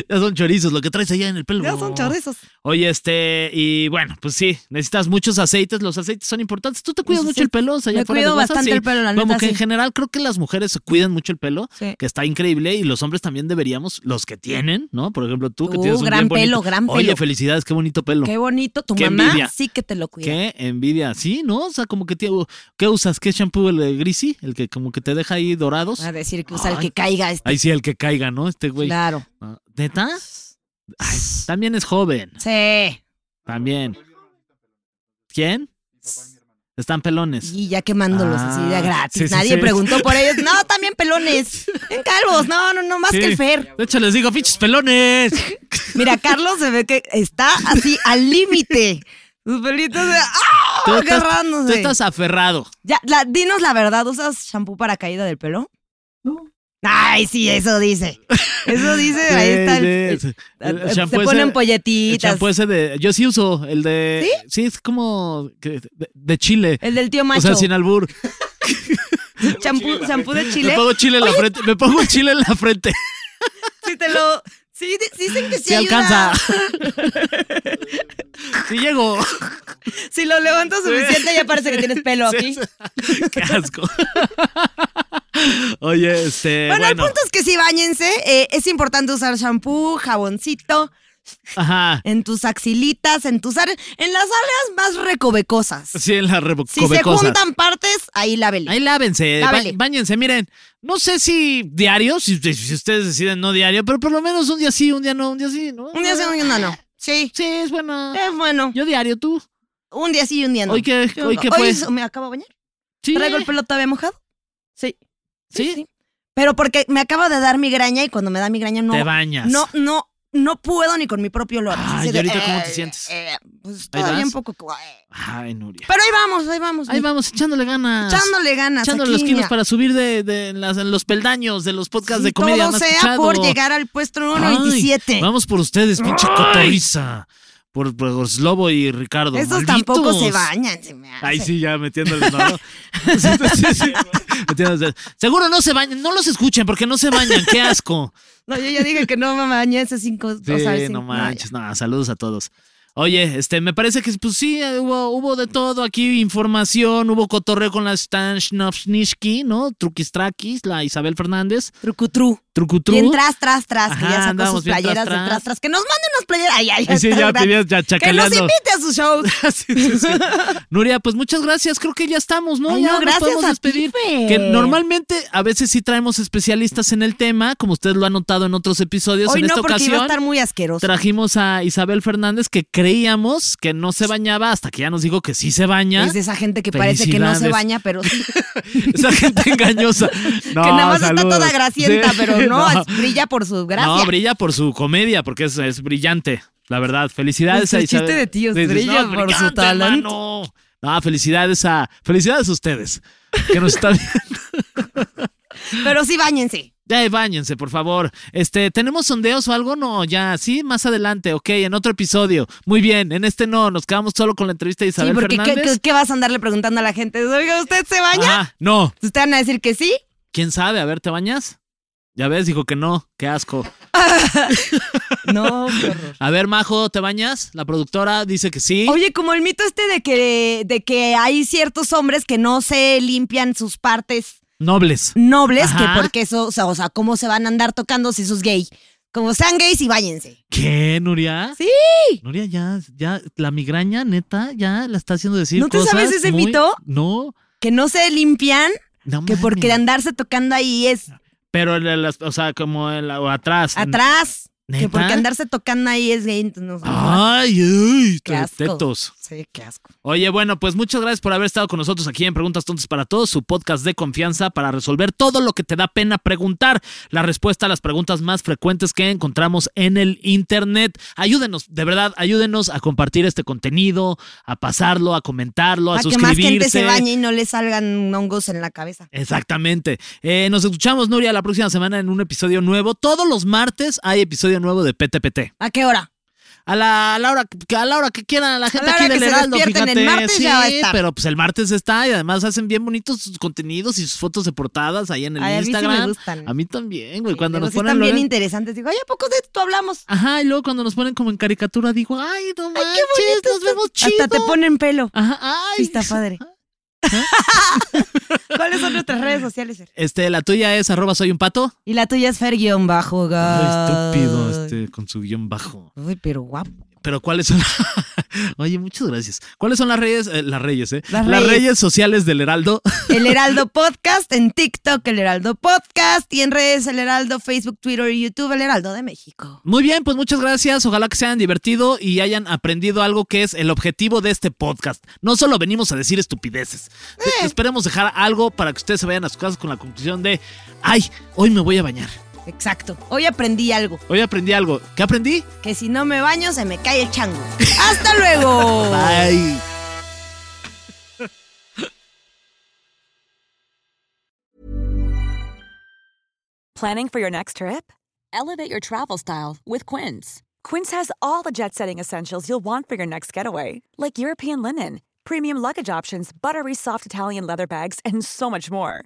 Speaker 3: Ya son chorizos, lo que traes allá en el pelo.
Speaker 2: Ya son chorizos.
Speaker 3: Oye, este, y bueno, pues sí, necesitas muchos aceites, los aceites son importantes. ¿Tú te cuidas
Speaker 2: Los
Speaker 3: mucho el pelo? O sea, allá
Speaker 2: Me
Speaker 3: fuera de
Speaker 2: cuido
Speaker 3: WhatsApp?
Speaker 2: bastante
Speaker 3: Sí.
Speaker 2: el pelo, la
Speaker 3: Como
Speaker 2: neta,
Speaker 3: que en
Speaker 2: sí.
Speaker 3: general creo que las mujeres se cuidan mucho el pelo,
Speaker 2: Sí.
Speaker 3: que está increíble, y los hombres también deberíamos, los que tienen, ¿no? Por ejemplo, tú que
Speaker 2: Uh,
Speaker 3: tienes un
Speaker 2: gran
Speaker 3: bien bonito-
Speaker 2: pelo, gran
Speaker 3: Oye,
Speaker 2: pelo.
Speaker 3: felicidades, qué bonito pelo.
Speaker 2: Qué bonito. Tu
Speaker 3: Qué
Speaker 2: mamá
Speaker 3: envidia.
Speaker 2: sí que te lo cuida.
Speaker 3: Qué envidia, sí, ¿no? O sea, como que te, ¿qué usas? ¿Qué shampoo el eh, greasy? El que como que te deja ahí dorados.
Speaker 2: A decir que usa el
Speaker 3: Ay.
Speaker 2: que caiga este.
Speaker 3: Ahí sí, el que caiga, ¿no? Este güey.
Speaker 2: Claro.
Speaker 3: Ah, ¿Neta? Ay, también es joven.
Speaker 2: Sí.
Speaker 3: También. ¿Quién? Están pelones.
Speaker 2: Y ya quemándolos
Speaker 3: Ah,
Speaker 2: así de gratis.
Speaker 3: sí, sí,
Speaker 2: Nadie
Speaker 3: sí.
Speaker 2: preguntó por ellos. No, también pelones. En calvos. No, no, no, más
Speaker 3: Sí.
Speaker 2: que el Fer.
Speaker 3: De hecho, les digo, pinches pelones.
Speaker 2: Mira, Carlos se ve que está así al límite. Sus pelitos de. ¡Ah!
Speaker 3: Tú estás-
Speaker 2: agarrándose.
Speaker 3: Tú estás aferrado.
Speaker 2: Ya, la- dinos la verdad, ¿usas shampoo para caída del pelo? No. Ay, sí, eso dice. Eso dice, ahí está. el-
Speaker 3: Sí, sí.
Speaker 2: el-
Speaker 3: El
Speaker 2: se
Speaker 3: shampoo ese-
Speaker 2: ponen
Speaker 3: El
Speaker 2: polletitas.
Speaker 3: champú ese de. Yo sí uso el de. ¿Sí? es como. que- de, de chile.
Speaker 2: El del tío
Speaker 3: O
Speaker 2: macho.
Speaker 3: sea, sin albur.
Speaker 2: champú, champú de
Speaker 3: Me
Speaker 2: chile.
Speaker 3: pongo chile en la frente. Me pongo chile en la frente.
Speaker 2: Sí, te lo. Sí, di- sí dicen que sí,
Speaker 3: Si
Speaker 2: ayuda.
Speaker 3: alcanza. Si llego.
Speaker 2: Si lo levantas suficiente, ya parece que tienes pelo aquí.
Speaker 3: Eh, Qué asco. Oye, este.
Speaker 2: bueno,
Speaker 3: Bueno,
Speaker 2: el punto es que sí, bañense. es importante usar shampoo, jaboncito,
Speaker 3: Ajá.
Speaker 2: en tus axilitas, en tus áreas, en las áreas más recovecosas.
Speaker 3: Sí, en la revo-
Speaker 2: Si se
Speaker 3: covecosas.
Speaker 2: juntan partes, ahí la
Speaker 3: Ahí lávense, ba-
Speaker 2: Lávele.
Speaker 3: báñense, miren, no sé si diario, si, si ustedes deciden no diario, pero por lo menos un día sí, un día no, un día sí, ¿no?
Speaker 2: Un día sí, Eh. un día no. Sí.
Speaker 3: Sí, es bueno.
Speaker 2: Es bueno.
Speaker 3: Yo diario, tú.
Speaker 2: Un día sí y un día no.
Speaker 3: Hoy que,
Speaker 2: Yo-
Speaker 3: hoy que fue.
Speaker 2: es- me acabo de bañar.
Speaker 3: pues? Sí,
Speaker 2: Traigo el pelo todavía mojado. Sí.
Speaker 3: Sí.
Speaker 2: Pero porque me acaba de dar migraña y cuando me da migraña no.
Speaker 3: te bañas.
Speaker 2: No, no, no puedo ni con mi propio olor. Así
Speaker 3: Ay, ¿y ahorita cómo te sientes?
Speaker 2: eh, pues
Speaker 3: ¿Ahí
Speaker 2: todavía
Speaker 3: vas?
Speaker 2: un poco. eh.
Speaker 3: Ay, Nuria.
Speaker 2: Pero ahí vamos, ahí vamos.
Speaker 3: Ahí
Speaker 2: mi-
Speaker 3: vamos, echándole ganas.
Speaker 2: Echándole ganas.
Speaker 3: Echándole
Speaker 2: aquí,
Speaker 3: los kilos
Speaker 2: mira.
Speaker 3: para subir de, de las, en los peldaños de los podcasts
Speaker 2: Si
Speaker 3: de comedia
Speaker 2: todo
Speaker 3: más
Speaker 2: sea
Speaker 3: escuchado.
Speaker 2: por llegar al puesto número
Speaker 3: Ay,
Speaker 2: 27.
Speaker 3: Vamos por ustedes, pinche cotorriza. Por, por Slobo y Ricardo.
Speaker 2: Estos
Speaker 3: malditos.
Speaker 2: tampoco se bañan. se me hace.
Speaker 3: Ay, sí, ya metiéndoles, ¿no? Sí, sí, sí. Metiéndoles. Seguro no se bañan, no los escuchen porque no se bañan, qué asco.
Speaker 2: No, yo ya dije que no me bañé hace cinco. o
Speaker 3: Sí,
Speaker 2: sea, hace-
Speaker 3: no
Speaker 2: ya.
Speaker 3: manches, no, saludos a todos. Oye, este, me parece que pues sí, eh, hubo, hubo de todo aquí, información, hubo cotorreo con la Stan Schnofsnishki, ¿no? Truquistraquis, la Isabel Fernández,
Speaker 2: Trucutru.
Speaker 3: Trucutru.
Speaker 2: Bien tras, tras, tras, que
Speaker 3: Ajá,
Speaker 2: ya sacó
Speaker 3: andamos
Speaker 2: sus
Speaker 3: bien tras,
Speaker 2: playeras
Speaker 3: tras.
Speaker 2: de tras, tras. Que nos manden unas playeras. Ay, ay, ay.
Speaker 3: Sí, ya
Speaker 2: tras, tras.
Speaker 3: pedías ya
Speaker 2: Que nos
Speaker 3: chacaleando. Ah,
Speaker 2: invite a sus shows.
Speaker 3: Sí, sí, sí. Nuria, pues muchas gracias. Creo que ya estamos, ¿no?
Speaker 2: Ay,
Speaker 3: ya
Speaker 2: no,
Speaker 3: nos
Speaker 2: gracias
Speaker 3: podemos
Speaker 2: a ti,
Speaker 3: despedir.
Speaker 2: Fer.
Speaker 3: Que normalmente a veces sí traemos especialistas en el tema, como usted lo ha notado en otros episodios.
Speaker 2: Hoy
Speaker 3: en
Speaker 2: no,
Speaker 3: esta
Speaker 2: porque iba a
Speaker 3: ocasión
Speaker 2: estar muy asqueroso.
Speaker 3: trajimos a Isabel Fernández que creíamos que no se bañaba hasta que ya nos dijo que sí se baña.
Speaker 2: Es de esa gente que parece que no se
Speaker 3: Felicidades.
Speaker 2: baña, pero sí.
Speaker 3: Esa gente engañosa. No,
Speaker 2: que nada más está
Speaker 3: saludos.
Speaker 2: toda gracienta,
Speaker 3: Sí,
Speaker 2: pero no, brilla por su gracia.
Speaker 3: No, brilla por su comedia, porque es, es brillante, la verdad. Felicidades
Speaker 2: Nuestro
Speaker 3: a Isabel.
Speaker 2: Pues chiste de tíos, brilla por su
Speaker 3: brillante,
Speaker 2: talento.
Speaker 3: mano. No, felicidades a felicidades a ustedes que nos están viendo.
Speaker 2: Pero sí, bañense.
Speaker 3: Ya, báñense, por favor. Este, ¿tenemos sondeos o algo? No, ya, sí, más adelante, ok, en otro episodio. Muy bien, en este no, nos quedamos solo con la entrevista de Isabel
Speaker 2: sí, porque ¿qué,
Speaker 3: Fernández. Ah.
Speaker 2: qué- qué vas a andarle preguntando a la gente? Oiga, ¿usted se baña?
Speaker 3: Ajá, no,
Speaker 2: Ustedes van a decir que sí?
Speaker 3: quién sabe, a ver, ¿te bañas? Ya ves, dijo que no, qué asco.
Speaker 2: No, qué horror.
Speaker 3: A ver, Majo, ¿te bañas? La productora dice que sí.
Speaker 2: Oye, como el mito este de que, de que hay ciertos hombres que no se limpian sus partes
Speaker 3: Nobles.
Speaker 2: nobles,
Speaker 3: Ajá.
Speaker 2: que porque eso, o sea, o sea, ¿cómo se van a andar tocando si sos gay? Como sean gays y váyanse.
Speaker 3: ¿Qué, Nuria?
Speaker 2: Sí.
Speaker 3: Nuria, ya, ya, la migraña, neta, ya la está haciendo decir
Speaker 2: ¿No te
Speaker 3: cosas
Speaker 2: sabes ese
Speaker 3: muy-
Speaker 2: mito?
Speaker 3: No,
Speaker 2: Que no se limpian,
Speaker 3: no
Speaker 2: que porque de
Speaker 3: mames.
Speaker 2: andarse tocando ahí es
Speaker 3: Pero, en las- o sea, como en la- o atrás.
Speaker 2: atrás. Que
Speaker 3: ¿Neta? Ah.
Speaker 2: porque andarse tocando ahí es gay, entonces no sé.
Speaker 3: Ay, uy,
Speaker 2: Qué asco.
Speaker 3: tetos.
Speaker 2: Sí, qué asco.
Speaker 3: Oye, bueno, pues muchas gracias por haber estado con nosotros aquí en Preguntas Tontas para Todos, su podcast de confianza para resolver todo lo que te da pena preguntar. La respuesta a las preguntas más frecuentes que encontramos en el Internet. Ayúdenos, de verdad, ayúdenos a compartir este contenido, a pasarlo, a comentarlo, a
Speaker 2: Para que más
Speaker 3: suscribirse.
Speaker 2: gente se bañe y no le salgan hongos en la cabeza.
Speaker 3: Exactamente. Eh, nos escuchamos, Nuria, la próxima semana en un episodio nuevo. Todos los martes hay episodio nuevo de PTPT.
Speaker 2: ¿A qué hora?
Speaker 3: A la, a la hora, que- a la hora que quieran, la gente
Speaker 2: la
Speaker 3: aquí
Speaker 2: hora
Speaker 3: del
Speaker 2: que se
Speaker 3: Heraldo,
Speaker 2: despierten, el
Speaker 3: fíjate.
Speaker 2: martes
Speaker 3: sí,
Speaker 2: ya va a estar.
Speaker 3: pero pues el martes está y además hacen bien bonitos sus contenidos y sus fotos de portadas ahí en el
Speaker 2: Ay, a mí sí me
Speaker 3: Instagram.
Speaker 2: gustan.
Speaker 3: A mí también, güey.
Speaker 2: Sí,
Speaker 3: cuando
Speaker 2: luego
Speaker 3: nos
Speaker 2: sí
Speaker 3: ponen.
Speaker 2: están bien
Speaker 3: luego-
Speaker 2: interesantes. Digo, ay, ¿a poco de esto hablamos?
Speaker 3: Ajá, y luego cuando nos ponen como en caricatura digo, ay, no manches,
Speaker 2: bonito
Speaker 3: nos
Speaker 2: está-
Speaker 3: vemos chido.
Speaker 2: Hasta te ponen pelo.
Speaker 3: Ajá, ay.
Speaker 2: Sí, está padre. ¿Cuáles son nuestras redes sociales, Fer?
Speaker 3: Este, la tuya es arroba soy un pato.
Speaker 2: Y la tuya es Fer-Bajo, Ah.
Speaker 3: Ay, estúpido,
Speaker 2: guys.
Speaker 3: este, con su guión bajo.
Speaker 2: Uy, pero guapo.
Speaker 3: Pero ¿cuáles son? Oye, muchas gracias. ¿Cuáles son las redes, eh, las reyes, eh?
Speaker 2: Las
Speaker 3: las
Speaker 2: redes.
Speaker 3: redes sociales del Heraldo.
Speaker 2: El Heraldo Podcast en TikTok, El Heraldo Podcast y en redes El Heraldo, Facebook, Twitter y YouTube, El Heraldo de México.
Speaker 3: Muy bien, pues muchas gracias. Ojalá que se hayan divertido y hayan aprendido algo que es el objetivo de este podcast. No solo venimos a decir estupideces. De- Esperemos dejar algo para que ustedes se vayan a sus casas con la conclusión de, ay, hoy me voy a bañar.
Speaker 2: Exacto. Hoy aprendí algo,
Speaker 3: Hoy aprendí algo. ¿Qué aprendí?
Speaker 2: que si no me baño se me cae el chango. ¡Hasta luego!
Speaker 3: Bye.
Speaker 4: Planning for your next trip?
Speaker 6: Elevate your travel style with Quince.
Speaker 4: Quince has all the jet setting essentials you'll want for your next getaway, like European linen, premium luggage options, buttery soft Italian leather bags, and so much more.